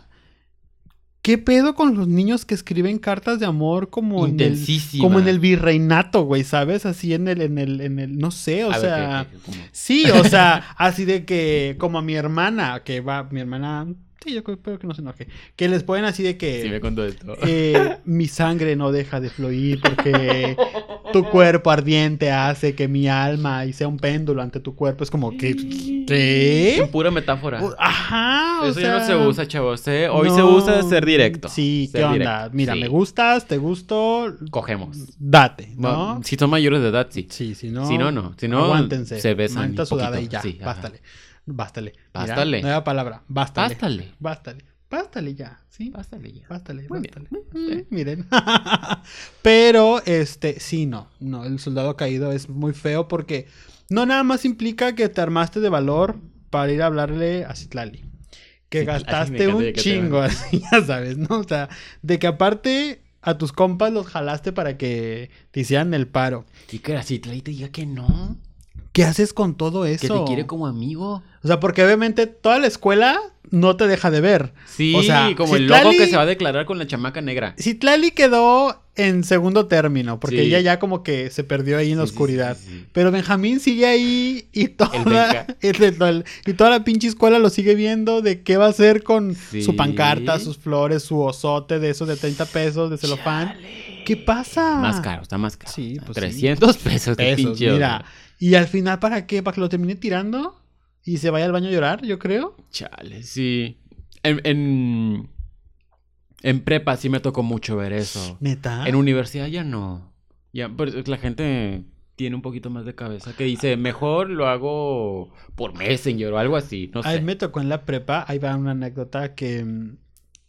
[SPEAKER 2] ¿Qué pedo con los niños que escriben cartas de amor como en el,
[SPEAKER 1] Intensísima.
[SPEAKER 2] como en el virreinato, güey? ¿Sabes? Así en el, en el, en el, no sé, o
[SPEAKER 1] A ver, eh,
[SPEAKER 2] sea.
[SPEAKER 1] ¿qué, qué, qué, cómo?
[SPEAKER 2] Sí, o sea, así de que, como a mi hermana, que va, mi hermana, sí, yo creo- espero que no se enoje, que les ponen así de que
[SPEAKER 1] Sí, me contó esto.
[SPEAKER 2] eh, mi sangre no deja de fluir porque tu cuerpo ardiente hace que mi alma y sea un péndulo ante tu cuerpo. Es como que, ¿qué?
[SPEAKER 1] Es pura metáfora.
[SPEAKER 2] O- Ajá, o
[SPEAKER 1] Eso
[SPEAKER 2] sea,
[SPEAKER 1] ya no se usa, chavos. ¿eh? Hoy se
[SPEAKER 2] no.
[SPEAKER 1] usa ser directo.
[SPEAKER 2] Sí,
[SPEAKER 1] Ser
[SPEAKER 2] ¿qué onda?
[SPEAKER 1] directo,
[SPEAKER 2] Mira,
[SPEAKER 1] sí.
[SPEAKER 2] me gustas, te gusto,
[SPEAKER 1] Cogemos.
[SPEAKER 2] date, ¿no?
[SPEAKER 1] Bueno, Si son mayores de edad, sí.
[SPEAKER 2] Sí, si no.
[SPEAKER 1] si no, no. Si no,
[SPEAKER 2] aguántense.
[SPEAKER 1] se besan.
[SPEAKER 2] Manita
[SPEAKER 1] un
[SPEAKER 2] sudada
[SPEAKER 1] poquito.
[SPEAKER 2] y ya.
[SPEAKER 1] Sí, ajá.
[SPEAKER 2] bástale. Bástale. Mira,
[SPEAKER 1] Bástale.
[SPEAKER 2] nueva palabra. Bástale.
[SPEAKER 1] Bástale.
[SPEAKER 2] Bástale. Pástale ya, ¿sí?
[SPEAKER 1] Pásale ya.
[SPEAKER 2] Pástale,
[SPEAKER 1] Muy
[SPEAKER 2] pástale.
[SPEAKER 1] bien.
[SPEAKER 2] Mm, Miren. Pero, este, sí, no. No, el soldado caído es muy feo porque no nada más implica que te armaste de valor para ir a hablarle a Citlali. Que
[SPEAKER 1] Sí, pues, así me
[SPEAKER 2] gastaste
[SPEAKER 1] encanta
[SPEAKER 2] un
[SPEAKER 1] de que te-
[SPEAKER 2] chingo, así, ya sabes, ¿no? O sea, de que aparte a tus compas los jalaste para que te hicieran el paro.
[SPEAKER 1] Y que así te te diga que no.
[SPEAKER 2] ¿Qué haces con todo eso?
[SPEAKER 1] Que te quiere como amigo.
[SPEAKER 2] O sea, porque obviamente toda la escuela no te deja de ver.
[SPEAKER 1] Sí,
[SPEAKER 2] O sea,
[SPEAKER 1] como el
[SPEAKER 2] Citlali-
[SPEAKER 1] loco que se va a declarar con la chamaca negra.
[SPEAKER 2] Citlali quedó en segundo término, porque
[SPEAKER 1] Sí.
[SPEAKER 2] ella ya como que se perdió ahí en la
[SPEAKER 1] Sí, sí,
[SPEAKER 2] oscuridad.
[SPEAKER 1] sí, sí, sí.
[SPEAKER 2] Pero Benjamín sigue ahí y toda,
[SPEAKER 1] Benja.
[SPEAKER 2] el- el- el- y toda la pinche escuela lo sigue viendo de qué va a hacer con su
[SPEAKER 1] Sí.
[SPEAKER 2] pancarta, sus flores, su osote de esos de 30 pesos de celofán.
[SPEAKER 1] Chale.
[SPEAKER 2] ¿Qué pasa?
[SPEAKER 1] Más caro, está más caro.
[SPEAKER 2] Ah. Sí, pues sí.
[SPEAKER 1] 300 pesos, qué
[SPEAKER 2] Pesos,
[SPEAKER 1] pinche
[SPEAKER 2] mira.
[SPEAKER 1] oso.
[SPEAKER 2] Y al final, ¿para qué? ¿Para que lo termine tirando? Y se vaya al baño a llorar, yo creo.
[SPEAKER 1] Chale, sí. En, en, en prepa sí me tocó mucho ver eso.
[SPEAKER 2] Neta.
[SPEAKER 1] En universidad ya no. Ya, pero la gente tiene un poquito más de cabeza que dice, mejor lo hago por Messenger o algo así, no
[SPEAKER 2] A
[SPEAKER 1] sé.
[SPEAKER 2] mí me tocó en la prepa, ahí va una anécdota que mm,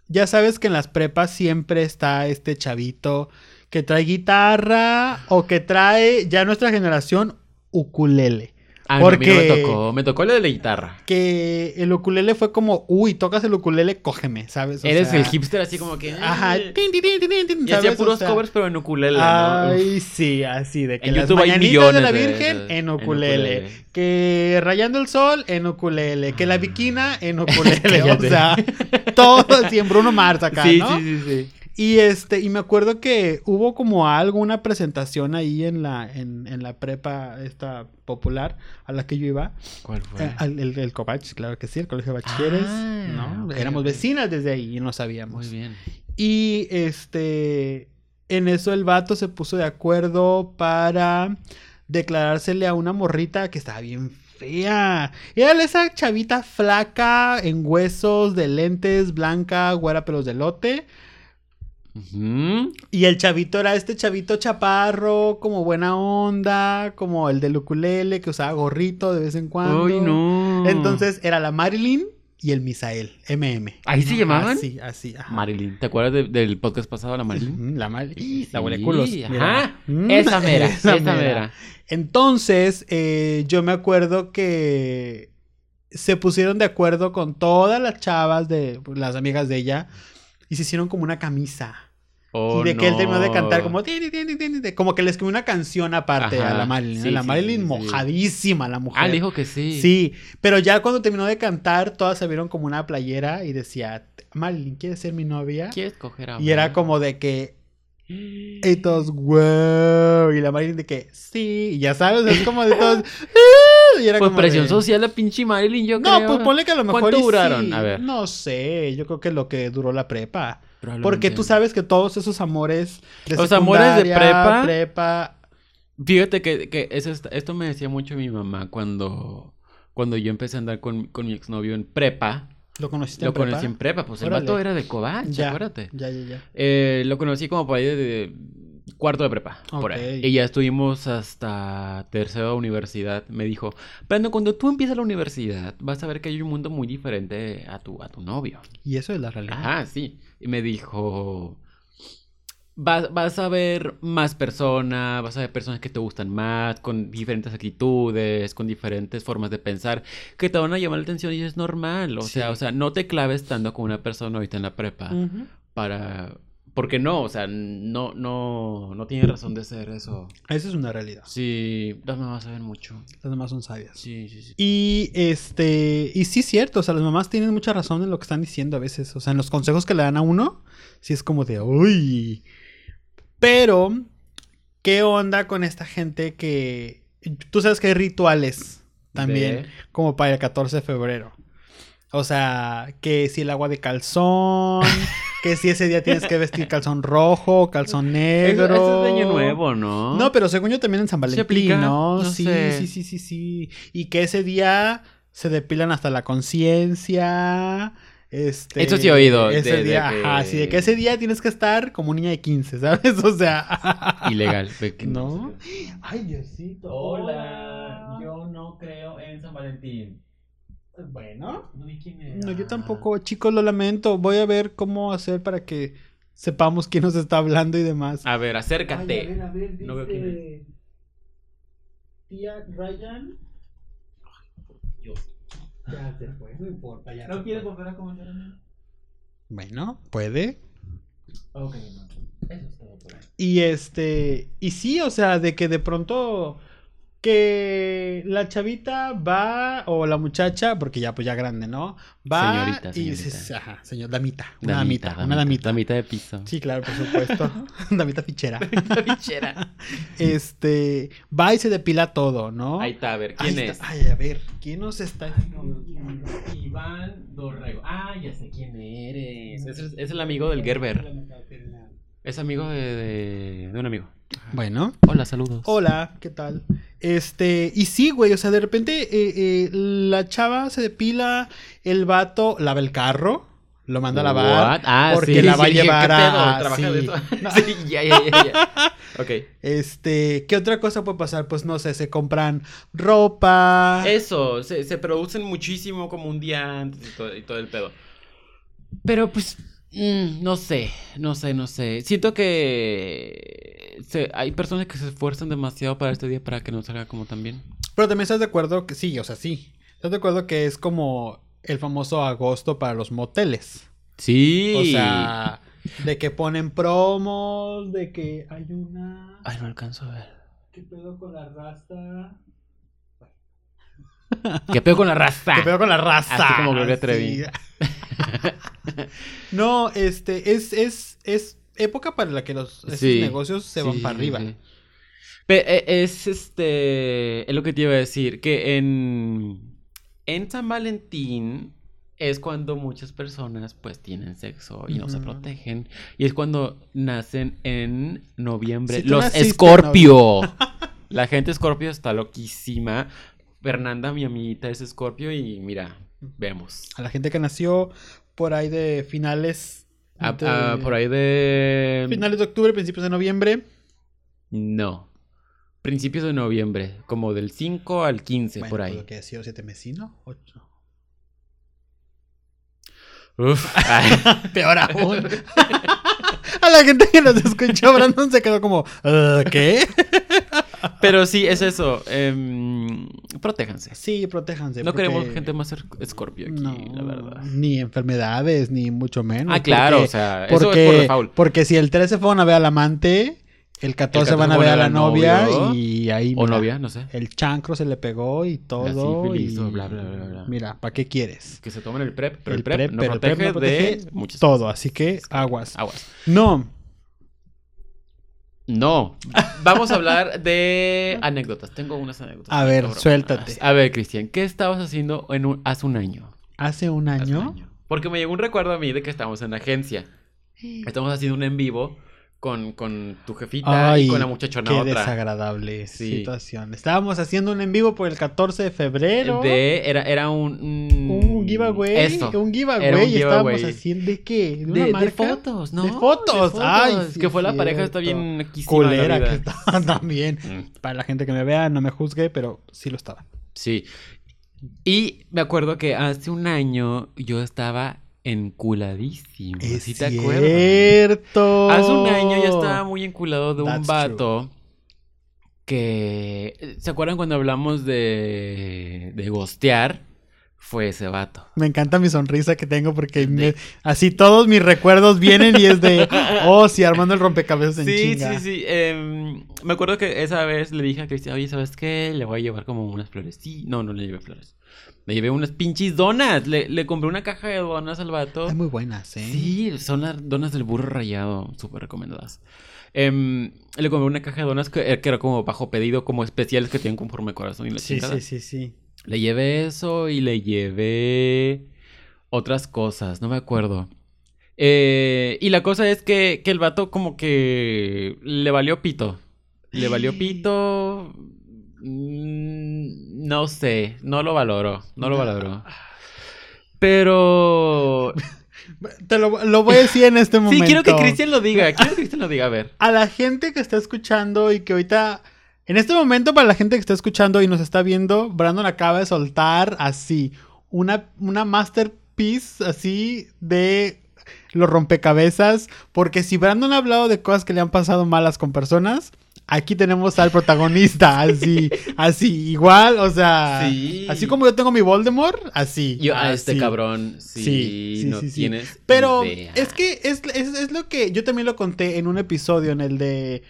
[SPEAKER 2] ya sabes que en las prepas siempre está este chavito que trae guitarra o que trae ya nuestra generación ukulele.
[SPEAKER 1] A mí- a mí Ah, no
[SPEAKER 2] porque-
[SPEAKER 1] me tocó, me tocó lo de la guitarra.
[SPEAKER 2] Que el ukulele fue como, uy, tocas el ukulele, cógeme, ¿sabes? O
[SPEAKER 1] Eres
[SPEAKER 2] sea,
[SPEAKER 1] el hipster así como que...
[SPEAKER 2] Ajá.
[SPEAKER 1] "Eh".
[SPEAKER 2] tin, tin, tin, tin, tin, tin,
[SPEAKER 1] Y hacía
[SPEAKER 2] ¿sabes? O
[SPEAKER 1] puros
[SPEAKER 2] sea,
[SPEAKER 1] covers, pero en ukulele, ¿no?
[SPEAKER 2] Ay, sí, así de que
[SPEAKER 1] En
[SPEAKER 2] las
[SPEAKER 1] YouTube hay
[SPEAKER 2] mañanitas de
[SPEAKER 1] millones
[SPEAKER 2] la
[SPEAKER 1] de
[SPEAKER 2] Virgen
[SPEAKER 1] esas,
[SPEAKER 2] en
[SPEAKER 1] en
[SPEAKER 2] ukulele,
[SPEAKER 1] ukulele.
[SPEAKER 2] que rayando el sol en ukulele, que la
[SPEAKER 1] Ah.
[SPEAKER 2] viquina en ukulele, o
[SPEAKER 1] Cállate.
[SPEAKER 2] sea, todo así en Bruno Mars acá,
[SPEAKER 1] sí,
[SPEAKER 2] ¿no?
[SPEAKER 1] sí, sí, sí.
[SPEAKER 2] Y este, y me acuerdo que hubo como alguna presentación ahí en la, en, en la prepa esta popular a la que yo iba,
[SPEAKER 1] ¿Cuál fue?
[SPEAKER 2] Eh, al- el, el Covach, claro que sí, el colegio de bachilleres,
[SPEAKER 1] Ah,
[SPEAKER 2] ¿no?
[SPEAKER 1] ok,
[SPEAKER 2] Éramos
[SPEAKER 1] ok.
[SPEAKER 2] vecinas desde ahí y no
[SPEAKER 1] Muy
[SPEAKER 2] sabíamos.
[SPEAKER 1] bien.
[SPEAKER 2] Y este, en eso el vato se puso de acuerdo para declarársele a una morrita que estaba bien fea. Era esa chavita flaca, en huesos, de lentes, blanca, güera pelos de lote.
[SPEAKER 1] Ujú.
[SPEAKER 2] Y el chavito era este chavito chaparro, como buena onda, como el del ukulele que usaba gorrito de vez en cuando.
[SPEAKER 1] Ay, no.
[SPEAKER 2] Entonces era la Marilyn y el Misael, MM.
[SPEAKER 1] ¿Ahí se llamaban?
[SPEAKER 2] Así, así. ajá.
[SPEAKER 1] Marilyn, ¿te acuerdas de- del podcast pasado, la Marilyn?
[SPEAKER 2] Ujú, La mal. La huele
[SPEAKER 1] Sí,
[SPEAKER 2] culos.
[SPEAKER 1] ajá.
[SPEAKER 2] mira. Mm,
[SPEAKER 1] Esa mera, esa, mera.
[SPEAKER 2] Entonces, eh, yo me acuerdo que se pusieron de acuerdo con todas las chavas de pues, las amigas de ella y se hicieron como una camisa.
[SPEAKER 1] Oh,
[SPEAKER 2] y de que él
[SPEAKER 1] no.
[SPEAKER 2] terminó de cantar como "Ti, ti, ti, ti, ti, ti", como que le escribió una canción aparte
[SPEAKER 1] Ajá,
[SPEAKER 2] a la Marilyn. ¿no?
[SPEAKER 1] sí,
[SPEAKER 2] la
[SPEAKER 1] sí,
[SPEAKER 2] Marilyn
[SPEAKER 1] sí, sí.
[SPEAKER 2] mojadísima, la mujer.
[SPEAKER 1] Ah, le dijo que sí.
[SPEAKER 2] Sí, pero ya cuando terminó de cantar, todas se vieron como una playera y decía, Marilyn, ¿quieres ser mi novia?
[SPEAKER 1] ¿Quieres coger a
[SPEAKER 2] Y era
[SPEAKER 1] Mar?
[SPEAKER 2] como de que. Y todos, wow. Y la Marilyn de que, sí. Y ya sabes, es como de todos. "Ah", Y era
[SPEAKER 1] Pues
[SPEAKER 2] como
[SPEAKER 1] presión
[SPEAKER 2] de-
[SPEAKER 1] social la pinche Marilyn, yo creo.
[SPEAKER 2] No, pues ponle que a lo mejor.
[SPEAKER 1] ¿Cuánto
[SPEAKER 2] y sí.
[SPEAKER 1] duraron? A ver.
[SPEAKER 2] No sé, yo creo que lo que duró la prepa.
[SPEAKER 1] Probablemente.
[SPEAKER 2] Porque tú sabes que todos esos amores. de
[SPEAKER 1] Los amores de
[SPEAKER 2] secundaria,
[SPEAKER 1] prepa.
[SPEAKER 2] prepa
[SPEAKER 1] Fíjate que, que eso está- esto me decía mucho mi mamá cuando, cuando yo empecé a andar con, con mi exnovio en prepa.
[SPEAKER 2] ¿Lo conociste
[SPEAKER 1] Lo
[SPEAKER 2] en prepa?
[SPEAKER 1] conocí en prepa, pues
[SPEAKER 2] Órale.
[SPEAKER 1] el vato era de Covach,
[SPEAKER 2] Ya,
[SPEAKER 1] acuérdate.
[SPEAKER 2] Ya, ya, ya.
[SPEAKER 1] Eh, lo conocí como por ahí de, de cuarto de prepa. Por ahí.
[SPEAKER 2] Ok.
[SPEAKER 1] Y ya estuvimos hasta tercera de universidad. Me dijo, Brandon, cuando tú empiezas la universidad, vas a ver que hay un mundo muy diferente a tu, a tu novio.
[SPEAKER 2] Y eso es la realidad.
[SPEAKER 1] Ajá, sí. Y me dijo, vas, vas a ver más personas, vas a ver personas que te gustan más, con diferentes actitudes, con diferentes formas de pensar, que te van a llamar la atención y es normal. O
[SPEAKER 2] Sí.
[SPEAKER 1] sea, o sea, no te claves tanto con una persona ahorita en la prepa
[SPEAKER 2] Ujú.
[SPEAKER 1] para porque no, o sea, no no no tiene razón de ser eso.
[SPEAKER 2] Eso es una realidad.
[SPEAKER 1] Sí, las mamás saben mucho.
[SPEAKER 2] Las demás son sabias.
[SPEAKER 1] Sí, sí, sí.
[SPEAKER 2] Y este, y sí es cierto, o sea, las mamás tienen mucha razón en lo que están diciendo a veces, o sea, en los consejos que le dan a uno, sí es como de, uy. Pero, ¿qué onda con esta gente que tú sabes que hay rituales también
[SPEAKER 1] De-
[SPEAKER 2] como para el 14 de febrero? O sea, que si el agua de calzón, que si ese día tienes que vestir calzón rojo, calzón negro.
[SPEAKER 1] Eso, eso es de año nuevo, ¿no?
[SPEAKER 2] No, pero según yo también en San
[SPEAKER 1] ¿Se
[SPEAKER 2] Valentín,
[SPEAKER 1] aplica?
[SPEAKER 2] ¿no?
[SPEAKER 1] No
[SPEAKER 2] sí,
[SPEAKER 1] sé.
[SPEAKER 2] sí, sí, sí, sí. Y que ese día se depilan hasta la conciencia. Este,
[SPEAKER 1] Eso sí he oído,
[SPEAKER 2] Ese
[SPEAKER 1] de- de
[SPEAKER 2] día,
[SPEAKER 1] que-
[SPEAKER 2] ajá, sí, de que ese día tienes que estar como niña de 15, ¿sabes? O sea.
[SPEAKER 1] ilegal. de que
[SPEAKER 2] ¿No? Ay, Diosito.
[SPEAKER 1] yo no creo en San Valentín.
[SPEAKER 2] Bueno.
[SPEAKER 1] No vi quién era.
[SPEAKER 2] No, yo tampoco, chicos, lo lamento. Voy a ver cómo hacer para que sepamos quién nos está hablando y demás.
[SPEAKER 1] A ver,
[SPEAKER 2] Ay, a
[SPEAKER 1] acércate.
[SPEAKER 2] ver, a ver,
[SPEAKER 1] No veo quién
[SPEAKER 2] dice Tía Ryan.
[SPEAKER 1] Dios.
[SPEAKER 2] Ya se fue, no importa. ya se fue.
[SPEAKER 1] volver a comentar
[SPEAKER 2] Bueno, puede.
[SPEAKER 1] Ok, no. Eso es todo por ahí.
[SPEAKER 2] Y este, y sí, o sea, de que de pronto que la chavita va o la muchacha, porque ya pues ya grande, ¿no? Va
[SPEAKER 1] Señorita,
[SPEAKER 2] y se-
[SPEAKER 1] señorita.
[SPEAKER 2] ajá, señor damita, una damita, una damita.
[SPEAKER 1] Damita de piso.
[SPEAKER 2] Sí, claro, por supuesto. damita fichera.
[SPEAKER 3] La bichera.
[SPEAKER 2] Este, va y se depila todo, ¿no?
[SPEAKER 1] Ahí está, a ver, ¿quién
[SPEAKER 2] Ahí
[SPEAKER 1] es?
[SPEAKER 2] está. Ay, a ver, ¿quién nos está?
[SPEAKER 1] Iván Dorrego. Ah, ya sé quién eres. Es el, es el amigo del Gerber. Es amigo de, de, de un amigo.
[SPEAKER 2] Bueno,
[SPEAKER 1] Hola, saludos.
[SPEAKER 2] Hola, ¿qué tal? Este, y sí, güey, o sea, de repente eh, eh, la chava se depila, el vato lava el carro, lo manda a lavar.
[SPEAKER 1] What? Ah,
[SPEAKER 2] porque
[SPEAKER 1] sí,
[SPEAKER 2] la va a
[SPEAKER 1] sí, dije,
[SPEAKER 2] llevar
[SPEAKER 1] ¿qué
[SPEAKER 2] a-
[SPEAKER 1] pedo? ¿Trabaja de
[SPEAKER 2] sí.
[SPEAKER 1] eso? Sí, ya, ya, ya, ya. Ok.
[SPEAKER 2] Este, ¿qué otra cosa puede pasar? Pues no sé, se compran ropa.
[SPEAKER 1] Eso, se, se producen muchísimo como un día antes y todo, y todo el pedo. Pero pues, mm, no sé, no sé, no sé. Siento que se- hay personas que se esfuerzan demasiado para este día para que no salga como tan bien.
[SPEAKER 2] Pero también estás de acuerdo que sí, o sea, sí. ¿Estás de acuerdo que es como el famoso agosto para los moteles?
[SPEAKER 1] Sí.
[SPEAKER 2] O sea, de que ponen promos, de que hay una...
[SPEAKER 1] Ay, no alcanzo a ver.
[SPEAKER 2] ¿Qué pedo con la raza?
[SPEAKER 1] ¿Qué pedo con la raza?
[SPEAKER 2] Que peor con la raza.
[SPEAKER 1] Ah, Así como Gloria Trevi.
[SPEAKER 2] no, este, es, es, es época para la que los esos
[SPEAKER 1] Sí,
[SPEAKER 2] negocios se van
[SPEAKER 1] Sí,
[SPEAKER 2] para arriba.
[SPEAKER 1] sí. Pe- e- es este. Es lo que te iba a decir. Que en. En San Valentín es cuando muchas personas pues tienen sexo y no se
[SPEAKER 2] Ujú.
[SPEAKER 1] protegen. Y es cuando nacen en noviembre.
[SPEAKER 2] Si tú
[SPEAKER 1] Los
[SPEAKER 2] naciste en
[SPEAKER 1] Escorpio. La gente Escorpio está loquísima. Fernanda, mi amiguita, es Escorpio y mira, vemos.
[SPEAKER 2] A la gente que nació por ahí de finales.
[SPEAKER 1] Ah,
[SPEAKER 2] de-
[SPEAKER 1] ah, por ahí de.
[SPEAKER 2] Finales de octubre, principios de noviembre.
[SPEAKER 1] No. Principios de noviembre, como del 5 al 15,
[SPEAKER 2] Bueno,
[SPEAKER 1] por
[SPEAKER 2] pues
[SPEAKER 1] ahí.
[SPEAKER 2] Lo que ha sido siete mesino, ocho.
[SPEAKER 1] Uf. Ay,
[SPEAKER 2] Peor aún. A la gente que nos escuchó, Brandon se quedó como, "Ah, ¿qué?
[SPEAKER 1] Pero sí, es eso. em, protéjanse.
[SPEAKER 2] Sí, protéjanse.
[SPEAKER 1] No
[SPEAKER 2] porque-
[SPEAKER 1] queremos gente más escor- escorpio aquí, la verdad.
[SPEAKER 2] Ni enfermedades, ni mucho menos.
[SPEAKER 1] Ah, claro,
[SPEAKER 2] porque-
[SPEAKER 1] o sea, eso
[SPEAKER 2] Porque,
[SPEAKER 1] es por default.
[SPEAKER 2] porque si el 13 fue una vez al amante, el 14, van a ver a la novia
[SPEAKER 1] novio,
[SPEAKER 2] y ahí.
[SPEAKER 1] O
[SPEAKER 2] mira,
[SPEAKER 1] novia, no sé.
[SPEAKER 2] El chancro se le pegó y todo.
[SPEAKER 1] sífilis,
[SPEAKER 2] y
[SPEAKER 1] o bla, bla, bla, bla.
[SPEAKER 2] Mira, ¿para qué quieres?
[SPEAKER 1] Que se tomen el PrEP, pero el,
[SPEAKER 2] El
[SPEAKER 1] PrEP,
[SPEAKER 2] PrEP,
[SPEAKER 1] no
[SPEAKER 2] pero el PrEP
[SPEAKER 1] protege
[SPEAKER 2] no protege
[SPEAKER 1] de muchas Ah.
[SPEAKER 2] Todo, así que aguas.
[SPEAKER 1] aguas.
[SPEAKER 2] No,
[SPEAKER 1] No. Vamos a hablar de anécdotas. Tengo unas anécdotas.
[SPEAKER 2] A ver,
[SPEAKER 1] cabronas.
[SPEAKER 2] suéltate.
[SPEAKER 1] A ver, Cristian, ¿qué estabas haciendo en un- hace un año?
[SPEAKER 2] hace un
[SPEAKER 1] Hace
[SPEAKER 2] año.
[SPEAKER 1] un año. Porque me llegó un recuerdo a mí de que estábamos en la agencia. Estamos haciendo un en vivo con, con tu jefita
[SPEAKER 2] Ay,
[SPEAKER 1] y con la muchachona
[SPEAKER 2] Qué
[SPEAKER 1] otra.
[SPEAKER 2] desagradable
[SPEAKER 1] Sí.
[SPEAKER 2] situación. Estábamos haciendo un en vivo por el 14 de febrero.
[SPEAKER 1] De, era, era un, un...
[SPEAKER 2] Un giveaway.
[SPEAKER 1] Eso.
[SPEAKER 2] Un giveaway.
[SPEAKER 1] Era un
[SPEAKER 2] Estábamos
[SPEAKER 1] giveaway.
[SPEAKER 2] haciendo de qué? ¿De,
[SPEAKER 1] De,
[SPEAKER 2] una
[SPEAKER 1] de
[SPEAKER 2] marca?
[SPEAKER 1] fotos, ¿no?
[SPEAKER 2] De fotos. Ay, sí
[SPEAKER 1] que
[SPEAKER 2] es
[SPEAKER 1] fue la pareja, está
[SPEAKER 2] cierto.
[SPEAKER 1] bien naquísima de la
[SPEAKER 2] culera
[SPEAKER 1] vida.
[SPEAKER 2] que estaba también.
[SPEAKER 1] Mm,
[SPEAKER 2] Para la gente que me vea, no me juzgue, pero sí lo estaba.
[SPEAKER 1] Sí. Y me acuerdo que hace un año yo estaba enculadísimo.
[SPEAKER 2] Es
[SPEAKER 1] ¿Sí te acuerdas?
[SPEAKER 2] cierto.
[SPEAKER 1] Hace un año yo estaba muy enculado de un
[SPEAKER 2] That's
[SPEAKER 1] vato que. ¿Se acuerdan cuando hablamos de. de gostear? Fue ese vato.
[SPEAKER 2] Me encanta mi sonrisa que tengo porque me- así todos mis recuerdos vienen y es de, oh, sí, armando el rompecabezas en
[SPEAKER 1] Sí, sí,
[SPEAKER 2] chinga.
[SPEAKER 1] sí. em, me acuerdo que esa vez le dije a Cristian, oye, ¿sabes qué? Le voy a llevar como unas flores. Sí, no, no le llevé flores. Le llevé unas pinches donas. Le, le compré una caja de donas al vato.
[SPEAKER 2] Ay, muy buenas, ¿eh?
[SPEAKER 1] Sí, son las donas del burro rayado, súper recomendadas. Em, le compré una caja de donas que, que era como bajo pedido, como especiales que tienen conforme corazón y la
[SPEAKER 2] sí,
[SPEAKER 1] chingada.
[SPEAKER 2] sí, sí, sí.
[SPEAKER 1] Le llevé eso y le llevé otras cosas, no me acuerdo. Eh, y la cosa es que, que el vato como que le valió pito. Le valió pito. mm, No sé, no lo valoró, no lo valoró. Pero...
[SPEAKER 2] Te lo, lo voy a decir en este
[SPEAKER 1] Sí,
[SPEAKER 2] momento.
[SPEAKER 1] quiero que Cristian lo diga, quiero que Cristian lo diga, a ver.
[SPEAKER 2] a la gente que está escuchando y que ahorita, en este momento para la gente que está escuchando y nos está viendo, Brandon acaba de soltar así una, una masterpiece así de los rompecabezas. Porque si Brandon ha hablado de cosas que le han pasado malas con personas, aquí tenemos al protagonista, así, así, igual, o sea.
[SPEAKER 1] Sí.
[SPEAKER 2] Ah, Así como yo tengo mi Voldemort, así.
[SPEAKER 1] Yo a este
[SPEAKER 2] así.
[SPEAKER 1] cabrón, sí,
[SPEAKER 2] Sí, sí,
[SPEAKER 1] no
[SPEAKER 2] sí, sí.
[SPEAKER 1] tienes
[SPEAKER 2] Pero
[SPEAKER 1] idea.
[SPEAKER 2] es que es, es- es lo que yo también lo conté en un episodio, en el de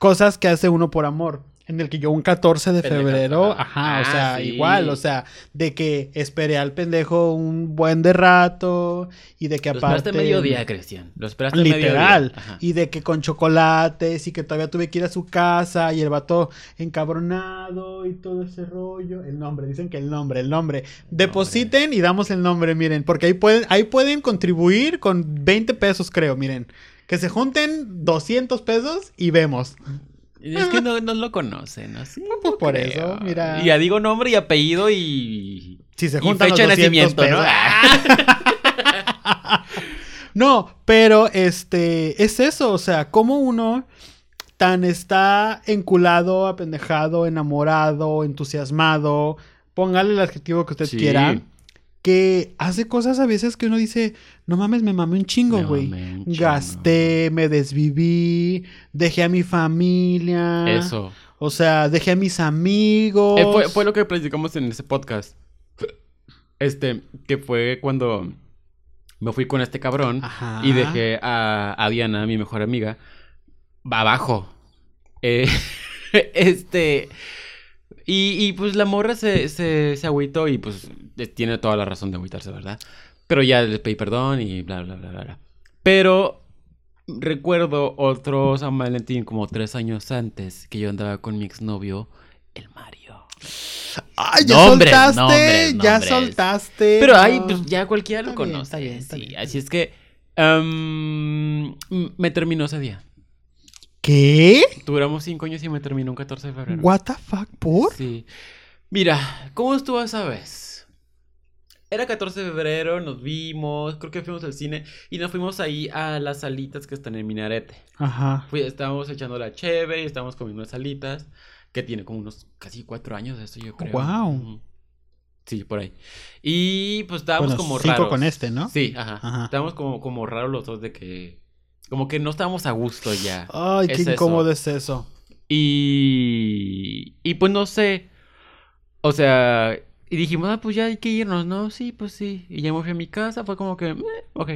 [SPEAKER 2] cosas que hace uno por amor. En el que yo un 14 de
[SPEAKER 1] Pendejas,
[SPEAKER 2] febrero,
[SPEAKER 1] ajá.
[SPEAKER 2] ajá, o
[SPEAKER 1] Ah,
[SPEAKER 2] sea,
[SPEAKER 1] sí.
[SPEAKER 2] igual, o sea, de que esperé al pendejo un buen de rato y de que
[SPEAKER 1] Lo
[SPEAKER 2] aparte...
[SPEAKER 1] esperaste mediodía, Cristian. Lo esperaste
[SPEAKER 2] Literal.
[SPEAKER 1] mediodía. Ajá.
[SPEAKER 2] Y de que con chocolates y que todavía tuve que ir a su casa y el vato encabronado y todo ese rollo. El nombre, dicen que el nombre, el nombre. Depositen y damos el nombre, miren, porque ahí pueden, ahí pueden contribuir con 20 pesos, creo, miren. Que se junten 200 pesos y vemos.
[SPEAKER 1] Es que no, no lo conocen, así.
[SPEAKER 2] Pues por eso, mira.
[SPEAKER 1] Y ya digo nombre y apellido y.
[SPEAKER 2] Si se
[SPEAKER 1] y
[SPEAKER 2] juntan
[SPEAKER 1] fecha de
[SPEAKER 2] los 200
[SPEAKER 1] nacimiento, ¿no? Ah,
[SPEAKER 2] pesos. No, pero este es eso, o sea, como uno tan está enculado, apendejado, enamorado, entusiasmado, póngale el adjetivo que usted
[SPEAKER 1] Sí.
[SPEAKER 2] quiera, que hace cosas a veces que uno dice, no mames, me mamé un chingo,
[SPEAKER 1] Me
[SPEAKER 2] güey.
[SPEAKER 1] mamé un chingo.
[SPEAKER 2] Gasté, me desviví, dejé a mi familia.
[SPEAKER 1] Eso.
[SPEAKER 2] O sea, dejé a mis amigos.
[SPEAKER 1] Eh, fue, fue lo que platicamos en ese podcast. Este, que fue cuando me fui con este cabrón
[SPEAKER 2] Ajá.
[SPEAKER 1] y dejé a, a Diana, mi mejor amiga, abajo. Eh, este. Y, y, pues la morra se, se, se agüitó y pues eh, tiene toda la razón de agüitarse, ¿verdad? Pero ya le pedí perdón y bla, bla, bla, bla. bla. Pero recuerdo otro San Valentín como tres años antes que yo andaba con mi exnovio, el Mario.
[SPEAKER 2] Ay, ya
[SPEAKER 1] Nombres,
[SPEAKER 2] soltaste,
[SPEAKER 1] nombres,
[SPEAKER 2] ya
[SPEAKER 1] nombres.
[SPEAKER 2] soltaste.
[SPEAKER 1] Pero ahí,
[SPEAKER 2] Eh, no.
[SPEAKER 1] pues ya cualquiera lo
[SPEAKER 2] Está bien,
[SPEAKER 1] conoce.
[SPEAKER 2] está bien, está
[SPEAKER 1] sí.
[SPEAKER 2] bien.
[SPEAKER 1] Así es que em, me terminó ese día.
[SPEAKER 2] ¿Qué?
[SPEAKER 1] Duramos cinco años y me terminó un 14 de febrero.
[SPEAKER 2] What the fuck, por?
[SPEAKER 1] Sí. Mira, ¿cómo estuvo esa vez? Era 14 de febrero, nos vimos, creo que fuimos al cine y nos fuimos ahí a las salitas que están en Minarete.
[SPEAKER 2] Ajá.
[SPEAKER 1] Fui- estábamos echando la cheve y estábamos comiendo unas alitas, que tiene como unos casi cuatro años de eso, yo creo.
[SPEAKER 2] Guau.
[SPEAKER 1] Ujú. Sí, por ahí. Y pues estábamos
[SPEAKER 2] Bueno,
[SPEAKER 1] como
[SPEAKER 2] cinco
[SPEAKER 1] raros.
[SPEAKER 2] con este, ¿no?
[SPEAKER 1] Sí, ajá.
[SPEAKER 2] Ajá.
[SPEAKER 1] Estábamos como, como raros los dos de que... Como que no estábamos a gusto ya.
[SPEAKER 2] Ay,
[SPEAKER 1] Es
[SPEAKER 2] qué
[SPEAKER 1] eso.
[SPEAKER 2] incómodo es eso.
[SPEAKER 1] Y. Y pues no sé. O sea. Y dijimos, ah, pues ya hay que irnos, ¿no? Sí, pues sí. Y ya me fui a mi casa, fue como que, "Meh, ok.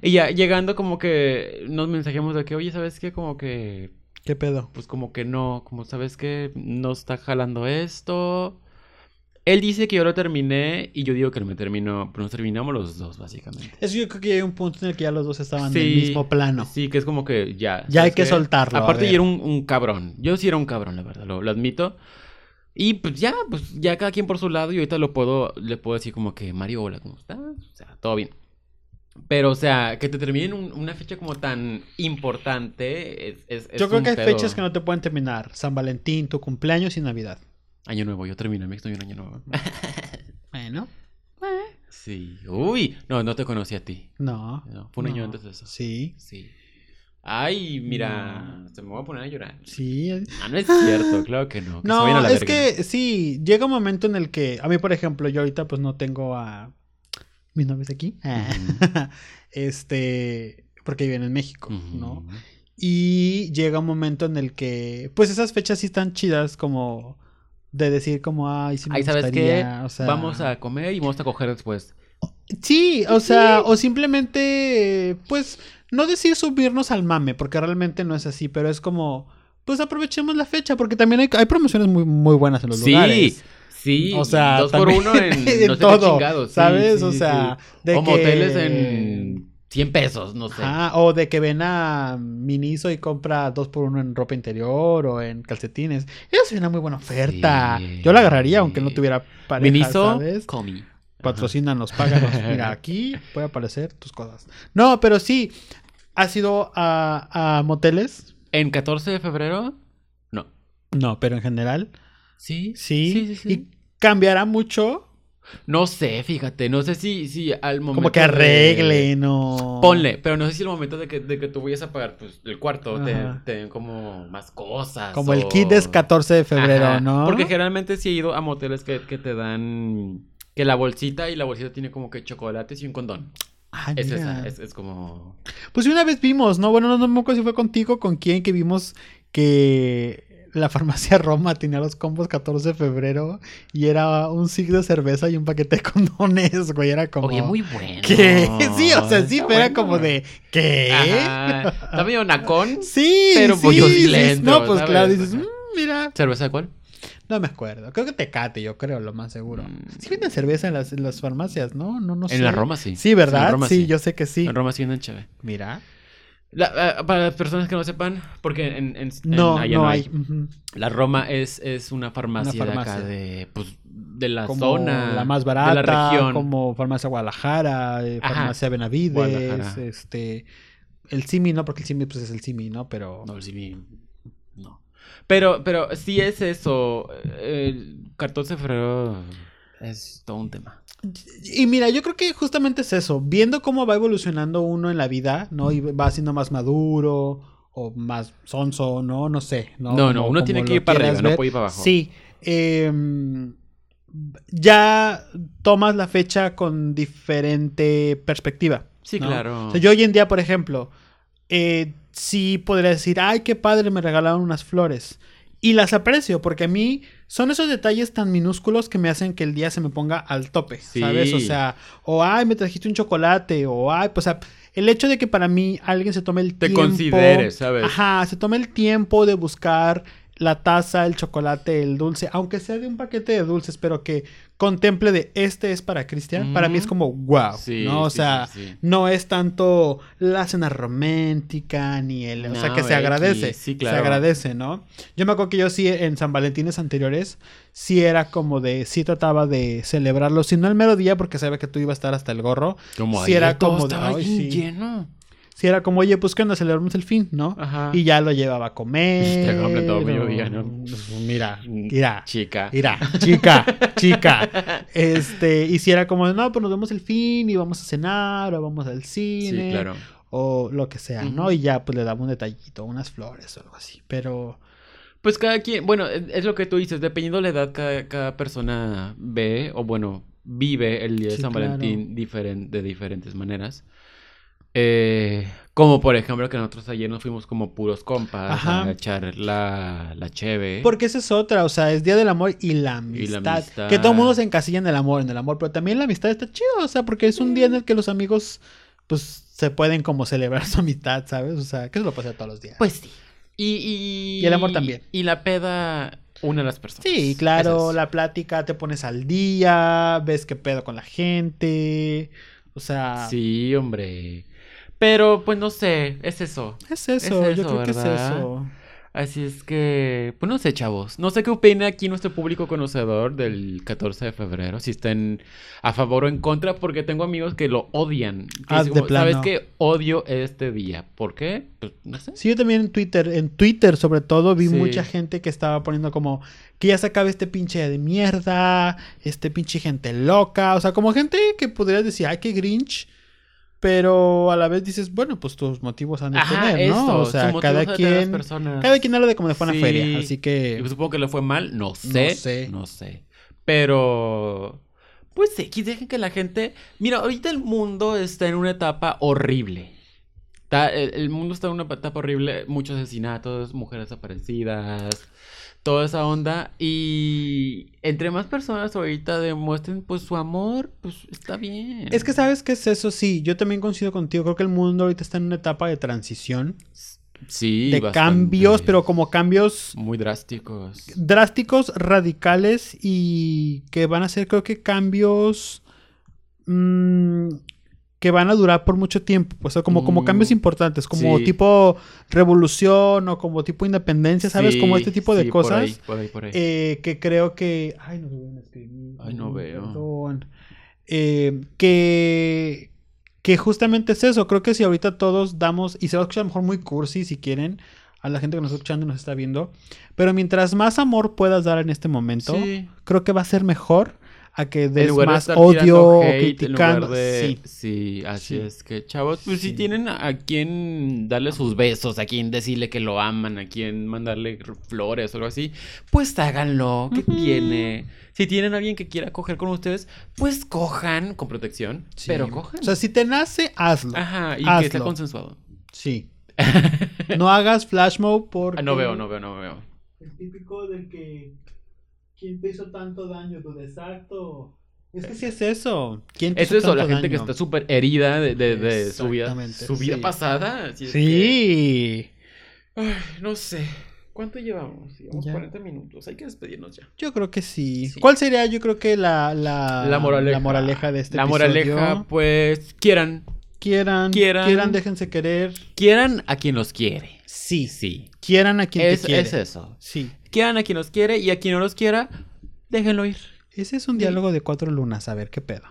[SPEAKER 1] Y ya llegando, como que nos mensajemos de que, oye, ¿sabes qué? Como que,
[SPEAKER 2] ¿Qué pedo?
[SPEAKER 1] pues como que no, como sabes que no está jalando esto. Él dice que yo lo terminé y yo digo que no me terminó, pero nos terminamos los dos, básicamente.
[SPEAKER 2] Es que yo creo que ya hay un punto en el que ya los dos estaban en el
[SPEAKER 1] Sí,
[SPEAKER 2] mismo plano.
[SPEAKER 1] Sí, que es como que ya.
[SPEAKER 2] Ya hay
[SPEAKER 1] ¿sabes
[SPEAKER 2] que
[SPEAKER 1] qué?
[SPEAKER 2] soltarlo, a
[SPEAKER 1] Aparte,
[SPEAKER 2] ver.
[SPEAKER 1] yo era un, un cabrón. Yo sí era un cabrón, la verdad, lo, lo admito. Y pues ya, pues ya cada quien por su lado. Y ahorita lo puedo, le puedo decir como que, Mario, hola, ¿cómo estás? O sea, todo bien. Pero, o sea, que te terminen un- una fecha como tan importante es, es- es
[SPEAKER 2] yo creo
[SPEAKER 1] un
[SPEAKER 2] que hay
[SPEAKER 1] pedo.
[SPEAKER 2] fechas que no te pueden terminar. San Valentín, tu cumpleaños y Navidad.
[SPEAKER 1] Año nuevo, yo terminé mi exnovio en año nuevo.
[SPEAKER 2] Bueno.
[SPEAKER 3] Ah,
[SPEAKER 1] sí. Uy, no, no te conocí a ti.
[SPEAKER 2] No.
[SPEAKER 1] No, fue un año
[SPEAKER 2] No.
[SPEAKER 1] antes de eso.
[SPEAKER 2] Sí.
[SPEAKER 1] Sí. Ay, mira, se me voy a poner a llorar.
[SPEAKER 2] Sí.
[SPEAKER 1] Ah, no es cierto, claro que no. que se vayan a
[SPEAKER 2] No,
[SPEAKER 1] la
[SPEAKER 2] es
[SPEAKER 1] verga.
[SPEAKER 2] que sí, llega un momento en el que, a mí por ejemplo, yo ahorita pues no tengo a mis novios aquí, este, porque viven en México,
[SPEAKER 1] Ujú.
[SPEAKER 2] ¿no? Y llega un momento en el que, pues esas fechas sí están chidas como de decir como, ay, sí me
[SPEAKER 1] Ay, ¿sabes qué?
[SPEAKER 2] gustaría", o sea,
[SPEAKER 1] Vamos a comer y vamos a coger después.
[SPEAKER 2] Sí, o sea, o simplemente, pues, no decir subirnos al mame, porque realmente no es así, pero es como, pues aprovechemos la fecha, porque también hay, hay promociones muy, muy buenas en los
[SPEAKER 1] Sí,
[SPEAKER 2] lugares.
[SPEAKER 1] Sí,
[SPEAKER 2] O sea,
[SPEAKER 1] dos por
[SPEAKER 2] también
[SPEAKER 1] uno en,
[SPEAKER 2] en
[SPEAKER 1] no sé
[SPEAKER 2] todo,
[SPEAKER 1] qué chingados. sí,
[SPEAKER 2] ¿sabes?
[SPEAKER 1] sí,
[SPEAKER 2] o
[SPEAKER 1] sí,
[SPEAKER 2] sea,
[SPEAKER 1] sí.
[SPEAKER 2] de
[SPEAKER 1] o
[SPEAKER 2] que...
[SPEAKER 1] moteles en 100 pesos, no sé.
[SPEAKER 2] Ajá, o de que ven a Miniso y compra dos por uno en ropa interior o en calcetines. Esa es una muy buena oferta.
[SPEAKER 1] Sí.
[SPEAKER 2] Yo la agarraría aunque no tuviera pareja,
[SPEAKER 1] Miniso,
[SPEAKER 2] ¿sabes?
[SPEAKER 1] comi. Ajá.
[SPEAKER 2] Patrocínanos, páganos. Mira, aquí puede aparecer tus cosas. No, pero sí, ¿has ido a, a moteles?
[SPEAKER 1] En 14 de febrero, no.
[SPEAKER 2] No, pero en general,
[SPEAKER 1] Sí,
[SPEAKER 2] sí.
[SPEAKER 1] sí, sí.
[SPEAKER 2] Y cambiará mucho,
[SPEAKER 1] No sé, fíjate, no sé si, si al momento.
[SPEAKER 2] como que
[SPEAKER 1] de-
[SPEAKER 2] arreglen o...
[SPEAKER 1] Ponle, pero no sé si el momento de que, de que tú vayas a pagar pues, el cuarto te,
[SPEAKER 2] Ajá.
[SPEAKER 1] te den como más cosas.
[SPEAKER 2] Como el
[SPEAKER 1] o-
[SPEAKER 2] kit es 14 de febrero,
[SPEAKER 1] Ajá,
[SPEAKER 2] ¿no?
[SPEAKER 1] Porque generalmente sí he ido a moteles que, que te dan Que la bolsita y la bolsita tiene como que chocolates y un condón.
[SPEAKER 2] Ay,
[SPEAKER 1] Es
[SPEAKER 2] Ah, mira.
[SPEAKER 1] esa, es, es como...
[SPEAKER 2] Pues una vez vimos, ¿no? Bueno, no, no me acuerdo si fue contigo, con quién, que vimos que la farmacia Roma tenía los combos 14 de febrero y era un zig de cerveza y un paquete de condones, güey. Era como.
[SPEAKER 3] Oye, muy bueno.
[SPEAKER 2] ¿Qué? Sí, o sea, sí,
[SPEAKER 1] Está
[SPEAKER 2] pero era
[SPEAKER 1] bueno.
[SPEAKER 2] como de. ¿eh? ¿Qué?
[SPEAKER 1] Ajá. Está medio nacón.
[SPEAKER 2] Sí,
[SPEAKER 1] Pero,
[SPEAKER 2] sí,
[SPEAKER 1] pues, yo sí
[SPEAKER 2] sí,
[SPEAKER 1] le entro,
[SPEAKER 2] No, pues
[SPEAKER 1] ¿sabes?
[SPEAKER 2] claro, dices,
[SPEAKER 1] Ajá.
[SPEAKER 2] "Mm, mira,
[SPEAKER 1] ¿Cerveza de cuál?
[SPEAKER 2] no me acuerdo. Creo que Tecate, yo creo, lo más seguro.
[SPEAKER 1] Mm.
[SPEAKER 2] Sí venden cerveza en las, en las farmacias, ¿no? No, no sé.
[SPEAKER 1] En la Roma sí.
[SPEAKER 2] Sí, ¿verdad?
[SPEAKER 1] En Roma
[SPEAKER 2] sí, yo sé que sí.
[SPEAKER 1] En Roma sí venden chévere.
[SPEAKER 2] Mira.
[SPEAKER 1] La- ah, para las personas que no sepan, porque en, en- en-
[SPEAKER 2] No,
[SPEAKER 1] allá
[SPEAKER 2] no, hay. ujú.
[SPEAKER 1] La Roma es, es una farmacia,
[SPEAKER 2] Una
[SPEAKER 1] de
[SPEAKER 2] farmacia.
[SPEAKER 1] acá de, pues, de la
[SPEAKER 2] como
[SPEAKER 1] zona.
[SPEAKER 2] la más barata,
[SPEAKER 1] De la región.
[SPEAKER 2] como Farmacia Guadalajara, eh,
[SPEAKER 1] Ajá.
[SPEAKER 2] Farmacia Benavides,
[SPEAKER 1] Guadalajara.
[SPEAKER 2] este el Simi, no, porque el Simi pues es el Simi, ¿no? Pero
[SPEAKER 1] No, sí, mi- no. Pero, pero sí es eso. El 14 de febrero es todo un tema.
[SPEAKER 2] y mira, yo creo que justamente es eso, viendo cómo va evolucionando uno en la vida, ¿no? Y va siendo más maduro o más sonso, no, no sé, no.
[SPEAKER 1] No, no,
[SPEAKER 2] Como-
[SPEAKER 1] uno
[SPEAKER 2] como
[SPEAKER 1] tiene
[SPEAKER 2] lo
[SPEAKER 1] que ir para
[SPEAKER 2] quieras
[SPEAKER 1] arriba, no
[SPEAKER 2] ver.
[SPEAKER 1] puede ir para abajo.
[SPEAKER 2] Sí. em, ya tomas la fecha con diferente perspectiva.
[SPEAKER 1] Sí,
[SPEAKER 2] ¿no?
[SPEAKER 1] claro.
[SPEAKER 2] O sea, yo hoy en día, por ejemplo, eh, sí podría decir, ay, qué padre, me regalaron unas flores. Y las aprecio, porque a mí son esos detalles tan minúsculos que me hacen que el día se me ponga al tope,
[SPEAKER 1] Sí.
[SPEAKER 2] ¿sabes? O sea, o ay, me trajiste un chocolate, o ay, pues, o sea, el hecho de que para mí alguien se tome el
[SPEAKER 1] Te
[SPEAKER 2] tiempo.
[SPEAKER 1] consideres, ¿sabes?
[SPEAKER 2] Ajá, se tome el tiempo de buscar la taza, el chocolate, el dulce, aunque sea de un paquete de dulces, pero que contemple de este es para Cristian, para mí es
[SPEAKER 1] Ujú.
[SPEAKER 2] como wow,
[SPEAKER 1] Sí,
[SPEAKER 2] ¿no? O
[SPEAKER 1] sí,
[SPEAKER 2] sea,
[SPEAKER 1] sí, sí.
[SPEAKER 2] no es tanto la cena romántica ni el, o sea,
[SPEAKER 1] No,
[SPEAKER 2] que se agradece,
[SPEAKER 1] X, sí, claro.
[SPEAKER 2] se agradece, ¿no? Yo me acuerdo que yo sí en San Valentines anteriores sí era como de sí trataba de celebrarlo, si no el mero día porque sabía que tú ibas a estar hasta el gorro,
[SPEAKER 1] Como
[SPEAKER 2] si
[SPEAKER 1] ayer
[SPEAKER 2] era
[SPEAKER 1] todo
[SPEAKER 2] como de,
[SPEAKER 1] estaba
[SPEAKER 2] ay,
[SPEAKER 1] bien
[SPEAKER 2] sí.
[SPEAKER 1] lleno.
[SPEAKER 2] si era como, "Oye, pues que onda celebramos el fin", ¿no?
[SPEAKER 1] Ajá.
[SPEAKER 2] Y ya lo llevaba a comer.
[SPEAKER 1] Te compra todo medio
[SPEAKER 2] o-
[SPEAKER 1] día, ¿no? Mm.
[SPEAKER 2] Mira, mira.
[SPEAKER 1] Chica.
[SPEAKER 2] Mira, chica, chica. Este, y si era como, no, pues nos vemos el fin y vamos a cenar o vamos al
[SPEAKER 1] Sí,
[SPEAKER 2] cine
[SPEAKER 1] claro.
[SPEAKER 2] o lo que sea, ¿no?
[SPEAKER 1] Ujú.
[SPEAKER 2] Y ya pues le daba un detallito, unas flores o algo así. Pero
[SPEAKER 1] Pues cada quien, bueno, es es lo que tú dices, dependiendo de la edad, cada, cada persona ve, o bueno, vive el día de
[SPEAKER 2] Sí,
[SPEAKER 1] San
[SPEAKER 2] claro.
[SPEAKER 1] Valentín diferen- de diferentes maneras. Eh, como por ejemplo que nosotros ayer nos fuimos como puros compas
[SPEAKER 2] Ajá.
[SPEAKER 1] a echar la, la cheve.
[SPEAKER 2] porque esa es otra, o sea, es Día del Amor y la amistad.
[SPEAKER 1] Y la amistad.
[SPEAKER 2] Que todo el mundo se encasilla en el amor, en el amor, pero también la amistad está chido, o sea, porque es un día en el que los amigos pues se pueden como celebrar su amistad, ¿sabes? O sea, que se lo pasa todos los días.
[SPEAKER 3] Pues sí.
[SPEAKER 1] Y, y,
[SPEAKER 2] Y el amor también.
[SPEAKER 1] Y la peda une a las personas.
[SPEAKER 2] Sí,
[SPEAKER 1] Eso
[SPEAKER 2] claro,
[SPEAKER 1] es.
[SPEAKER 2] la plática, te pones al día, ves qué pedo con la gente. O sea,
[SPEAKER 1] Sí, hombre. Pero pues no sé, es eso.
[SPEAKER 2] es eso,
[SPEAKER 1] Es
[SPEAKER 2] yo
[SPEAKER 1] eso,
[SPEAKER 2] creo que es
[SPEAKER 1] ¿verdad?
[SPEAKER 2] eso.
[SPEAKER 1] Así es que, pues no sé, chavos. No sé qué opina aquí nuestro público conocedor del 14 de febrero. Si estén a favor o en contra, porque tengo amigos que lo odian. Que
[SPEAKER 2] Ah,
[SPEAKER 1] dicen
[SPEAKER 2] de
[SPEAKER 1] como, ¿Sabes
[SPEAKER 2] plano.
[SPEAKER 1] qué? Odio este día. ¿Por qué? Pues no sé.
[SPEAKER 2] Sí, yo también en Twitter, en Twitter sobre todo, vi
[SPEAKER 1] Sí.
[SPEAKER 2] mucha gente que estaba poniendo como que ya se acabe este pinche de mierda, este pinche gente loca, o sea, como gente que podrías decir, ay, qué grinch, pero a la vez dices, bueno, pues tus motivos han de tener, ¿no? o
[SPEAKER 1] su
[SPEAKER 2] sea,
[SPEAKER 1] motivo
[SPEAKER 2] cada
[SPEAKER 1] es atraer a las
[SPEAKER 2] quien,
[SPEAKER 1] personas.
[SPEAKER 2] cada quien habla de cómo le fue a
[SPEAKER 1] Sí. pues,
[SPEAKER 2] una feria, así que...
[SPEAKER 1] Yo supongo que le fue mal, no sé.
[SPEAKER 2] Eh, No sé.
[SPEAKER 1] No sé. Pero. Pues X, dejen que la gente. Mira, ahorita el mundo está en una etapa horrible. Está- el, el mundo está en una etapa horrible. Muchos asesinatos, mujeres desaparecidas, toda esa onda. Y entre más personas ahorita demuestren pues su amor, pues está bien.
[SPEAKER 2] Es que sabes qué es eso, sí, yo también coincido contigo, creo que el mundo ahorita está en una etapa de transición,
[SPEAKER 1] Sí,
[SPEAKER 2] de
[SPEAKER 1] bastante.
[SPEAKER 2] cambios, pero como cambios
[SPEAKER 1] Muy drásticos.
[SPEAKER 2] drásticos, radicales y que van a ser creo que cambios mm, que van a durar por mucho tiempo, o sea, como, como
[SPEAKER 1] Mm.
[SPEAKER 2] cambios importantes, como
[SPEAKER 1] Sí.
[SPEAKER 2] tipo revolución o como tipo independencia, ¿sabes? como este tipo de
[SPEAKER 1] sí, por
[SPEAKER 2] cosas
[SPEAKER 1] ahí, por ahí, por ahí.
[SPEAKER 2] eh, que creo que. Ay, no veo, me escribí.
[SPEAKER 1] Ay, no veo.
[SPEAKER 2] Perdón. Eh, que. Que justamente es eso. Creo que si ahorita todos damos. Y se va a escuchar a lo mejor muy cursi si quieren. A la gente que nos está escuchando y nos está viendo. Pero mientras más amor puedas dar en este momento,
[SPEAKER 1] Sí.
[SPEAKER 2] creo que va a ser mejor a que
[SPEAKER 1] En
[SPEAKER 2] des
[SPEAKER 1] lugar
[SPEAKER 2] más
[SPEAKER 1] de estar
[SPEAKER 2] odio
[SPEAKER 1] tirando
[SPEAKER 2] o
[SPEAKER 1] hate, en lugar
[SPEAKER 2] criticando.
[SPEAKER 1] de-
[SPEAKER 2] Sí.
[SPEAKER 1] Sí. así
[SPEAKER 2] Sí.
[SPEAKER 1] es que, chavos, pues sí.
[SPEAKER 2] Sí.
[SPEAKER 1] tienen a quien darle sus besos, a quien decirle que lo aman, a quien mandarle r- flores o algo así, pues háganlo, ¿qué
[SPEAKER 3] Ujú.
[SPEAKER 1] tiene? Si tienen a alguien que quiera coger con ustedes, pues cojan con protección,
[SPEAKER 2] Sí.
[SPEAKER 1] pero cojan.
[SPEAKER 2] O sea, si te nace, hazlo.
[SPEAKER 1] Ajá, y que sea
[SPEAKER 2] hazlo.
[SPEAKER 1] consensuado. Ah,
[SPEAKER 2] Sí. No hagas flash mode porque.
[SPEAKER 1] Ah, no veo, no veo, no veo.
[SPEAKER 2] El típico del que. ¿Quién te hizo tanto daño? Tu exacto. Es que sí es eso. ¿Quién te
[SPEAKER 1] Eso
[SPEAKER 2] hizo
[SPEAKER 1] es eso, la
[SPEAKER 2] tanto
[SPEAKER 1] gente que
[SPEAKER 2] daño?
[SPEAKER 1] está súper herida de, de- de su vida,
[SPEAKER 2] Exactamente,
[SPEAKER 1] su vida
[SPEAKER 2] sí.
[SPEAKER 1] pasada. así es que-
[SPEAKER 2] Sí.
[SPEAKER 1] Ay, no sé. ¿Cuánto llevamos? Llevamos
[SPEAKER 2] Ya.
[SPEAKER 1] 40 minutos. Hay que despedirnos ya.
[SPEAKER 2] Yo creo que sí.
[SPEAKER 1] Sí.
[SPEAKER 2] ¿Cuál sería, yo creo que la, la,
[SPEAKER 1] La moraleja.
[SPEAKER 2] Ah, la moraleja de este
[SPEAKER 1] La
[SPEAKER 2] episodio?
[SPEAKER 1] moraleja, pues, quieran.
[SPEAKER 2] Quieran,
[SPEAKER 1] Quieran.
[SPEAKER 2] quieran, déjense querer.
[SPEAKER 1] Quieran a quien los quiere.
[SPEAKER 2] Sí.
[SPEAKER 1] Sí.
[SPEAKER 2] Quieran a quien
[SPEAKER 1] Es,
[SPEAKER 2] te quiere.
[SPEAKER 1] es eso.
[SPEAKER 2] Sí.
[SPEAKER 1] Quieran a quien los quiere y a quien no los quiera, déjenlo ir.
[SPEAKER 2] Ese es un
[SPEAKER 1] Sí.
[SPEAKER 2] diálogo de cuatro lunas, a ver qué pedo.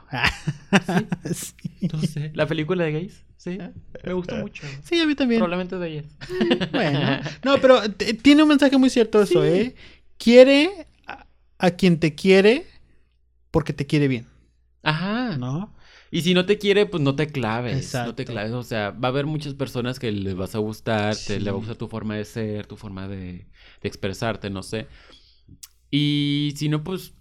[SPEAKER 2] Sí.
[SPEAKER 1] No sé. La película de gays, sí. Me gustó mucho.
[SPEAKER 2] Sí, a mí también.
[SPEAKER 1] Probablemente de gays.
[SPEAKER 2] Bueno. No, pero t- tiene un mensaje muy cierto eso, ¿eh? Quiere a, a quien te quiere porque te quiere bien,
[SPEAKER 1] Ajá.
[SPEAKER 2] ¿no?
[SPEAKER 1] Y si no te quiere, pues no te claves. No te
[SPEAKER 2] Exacto.
[SPEAKER 1] claves. O sea, va a haber muchas personas que les vas a gustar, te,
[SPEAKER 2] Sí.
[SPEAKER 1] le va a gustar tu forma de ser, tu forma de, de expresarte, no sé. Y si no, pues.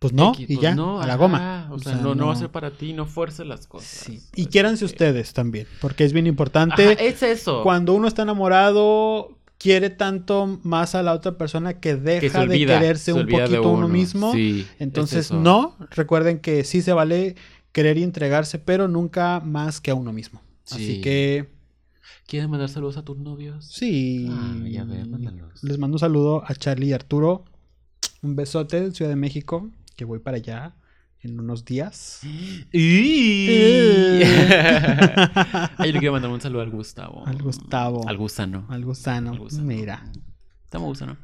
[SPEAKER 2] Pues no,
[SPEAKER 1] X,
[SPEAKER 2] y
[SPEAKER 1] pues
[SPEAKER 2] ya,
[SPEAKER 1] no,
[SPEAKER 2] a la
[SPEAKER 1] ajá.
[SPEAKER 2] goma.
[SPEAKER 1] O sea, no, no va a ser para ti, no fuerces las cosas.
[SPEAKER 2] Sí. Y
[SPEAKER 1] Así
[SPEAKER 2] quiéranse
[SPEAKER 1] que-
[SPEAKER 2] ustedes también, porque es bien
[SPEAKER 1] Ajá,
[SPEAKER 2] importante.
[SPEAKER 1] es eso.
[SPEAKER 2] Cuando uno está enamorado, quiere tanto más a la otra persona que deja
[SPEAKER 1] que se
[SPEAKER 2] de
[SPEAKER 1] olvida.
[SPEAKER 2] quererse
[SPEAKER 1] se
[SPEAKER 2] un
[SPEAKER 1] olvida de
[SPEAKER 2] poquito uno. mismo.
[SPEAKER 1] Sí, es
[SPEAKER 2] Entonces,
[SPEAKER 1] eso.
[SPEAKER 2] no, recuerden que sí se vale querer y entregarse, pero nunca más que a uno mismo.
[SPEAKER 1] Sí.
[SPEAKER 2] Así que,
[SPEAKER 1] ¿Quieres mandar saludos a tus novios?
[SPEAKER 2] sí.
[SPEAKER 1] Ah, ya ver, mándalos.
[SPEAKER 2] Les mando un saludo a Charlie y Arturo. Un besote de Ciudad de México, que voy para allá en unos días.
[SPEAKER 1] ¡Y! Ay, yo le quiero mandar un saludo al Gustavo.
[SPEAKER 2] Al Gusavo.
[SPEAKER 1] Al gusano.
[SPEAKER 2] Al gusano.
[SPEAKER 1] Al gusano.
[SPEAKER 2] Mira.
[SPEAKER 1] Estamos gusano.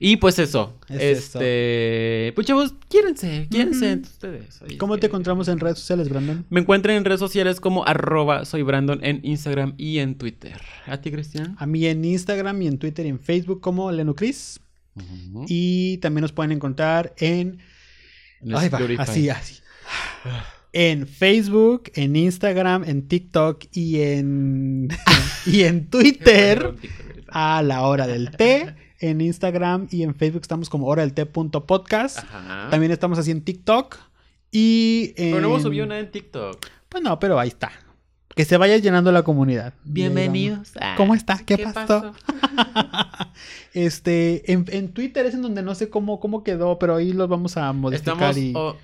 [SPEAKER 1] Y pues eso.
[SPEAKER 2] Es
[SPEAKER 1] este. Pues chavos, quiérense. Quiérense
[SPEAKER 2] Ujú.
[SPEAKER 1] entre ustedes. Ahí
[SPEAKER 2] ¿Cómo
[SPEAKER 1] es
[SPEAKER 2] te
[SPEAKER 1] que-
[SPEAKER 2] encontramos en redes sociales, Brandon?
[SPEAKER 1] Me encuentran en redes sociales como arroba soy Brandon en Instagram y en Twitter. ¿A ti, Cristian?
[SPEAKER 2] A mí en Instagram y en Twitter y en Facebook como Lenucris.
[SPEAKER 1] Ujú.
[SPEAKER 2] Y también nos pueden encontrar en...
[SPEAKER 1] En
[SPEAKER 2] Ay, va,
[SPEAKER 1] Spotify.
[SPEAKER 2] así, así. En Facebook, en Instagram, en TikTok y en... y en Twitter Ah, a la hora del té. En Instagram y en Facebook estamos como hora del té punto podcast.
[SPEAKER 1] Ajá.
[SPEAKER 2] También estamos así en TikTok. Y en...
[SPEAKER 1] Pero no hemos subido nada en TikTok.
[SPEAKER 2] Pues no, pero ahí está. Que se vaya llenando la comunidad. Y ahí vamos.
[SPEAKER 3] Bienvenidos. Ah, a-
[SPEAKER 2] ¿Cómo
[SPEAKER 1] Ah,
[SPEAKER 2] está? ¿Qué, pasó? Este, en, en Twitter es en donde no sé cómo, cómo quedó, pero ahí los vamos a modificar
[SPEAKER 1] Estamos.
[SPEAKER 2] y
[SPEAKER 1] o-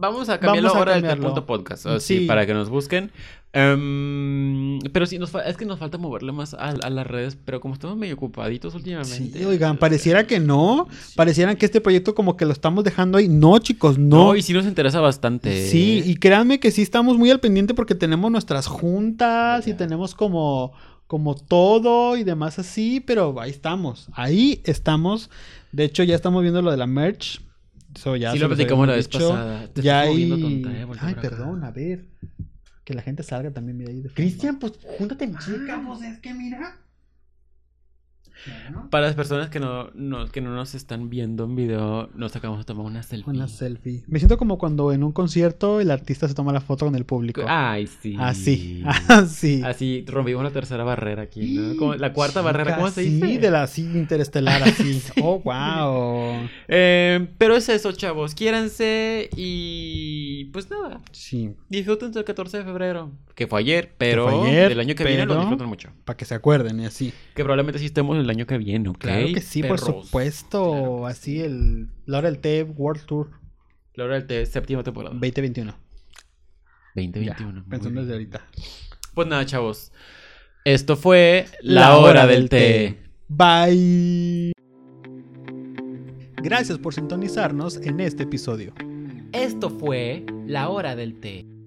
[SPEAKER 1] vamos a cambiarlo
[SPEAKER 2] Vamos a
[SPEAKER 1] ahora del
[SPEAKER 2] cambiarlo.
[SPEAKER 1] punto podcast. Así
[SPEAKER 2] Sí.
[SPEAKER 1] para que nos busquen. Em, pero sí, nos fa- es que nos falta moverle más a, a las redes. Pero como estamos medio ocupaditos
[SPEAKER 2] Sí,
[SPEAKER 1] últimamente.
[SPEAKER 2] oigan, pareciera que no,
[SPEAKER 1] Sí.
[SPEAKER 2] parecieran que este proyecto como que lo estamos dejando ahí. No, chicos,
[SPEAKER 1] No,
[SPEAKER 2] no.
[SPEAKER 1] y sí nos interesa bastante.
[SPEAKER 2] Sí, y créanme que sí estamos muy al pendiente porque tenemos nuestras juntas
[SPEAKER 1] Ya.
[SPEAKER 2] y tenemos como como todo y demás así, pero ahí estamos. Ahí estamos. De hecho, ya estamos viendo lo de la merch. Eso ya
[SPEAKER 1] Sí
[SPEAKER 2] se
[SPEAKER 1] lo
[SPEAKER 2] los
[SPEAKER 1] platicamos la vez
[SPEAKER 2] habíamos dicho.
[SPEAKER 1] pasada. Te
[SPEAKER 2] ya
[SPEAKER 1] estás
[SPEAKER 2] hay...
[SPEAKER 1] moviendo tonta, eh, voltea
[SPEAKER 2] Ay,
[SPEAKER 1] para acá.
[SPEAKER 2] perdón, a ver. Que la gente salga también, mira ahí de fondo.
[SPEAKER 3] pues júntate más.
[SPEAKER 2] Chica, pues es que mira. Bueno,
[SPEAKER 1] Para las personas que no, no- que no nos están viendo en video, nos acabamos de tomar una selfie.
[SPEAKER 2] Una selfie. Me siento como cuando en un concierto el artista se toma la foto con el público.
[SPEAKER 1] Ay, sí.
[SPEAKER 2] Ah, Así, así.
[SPEAKER 1] Así rompimos la tercera barrera aquí, ¿no? Como la cuarta
[SPEAKER 2] Chica,
[SPEAKER 1] barrera, ¿cómo se dice?
[SPEAKER 2] Sí, de la así interestelar, así. oh, wow.
[SPEAKER 1] Eh, pero es eso, chavos. Quiéranse y pues nada.
[SPEAKER 2] Sí,
[SPEAKER 1] Disfruten del 14 de febrero. Que fue ayer, pero
[SPEAKER 2] fue ayer,
[SPEAKER 1] del año que viene lo
[SPEAKER 2] pero-
[SPEAKER 1] disfrutan mucho.
[SPEAKER 2] para que se acuerden y así.
[SPEAKER 1] Que probablemente sí estemos el año que viene, ¿ok?
[SPEAKER 2] Claro que sí, por
[SPEAKER 1] Perros.
[SPEAKER 2] supuesto.
[SPEAKER 1] Claro que
[SPEAKER 2] así el la hora del té World Tour
[SPEAKER 1] La hora del té, séptima temporada.
[SPEAKER 2] 2021.
[SPEAKER 1] 2021.
[SPEAKER 2] Ya,
[SPEAKER 1] muy
[SPEAKER 2] pensando
[SPEAKER 1] bien.
[SPEAKER 2] desde ahorita.
[SPEAKER 1] Pues nada, chavos. Esto fue La, hora, del té.
[SPEAKER 2] Bye. Gracias por sintonizarnos en este episodio.
[SPEAKER 1] Esto fue La hora del té.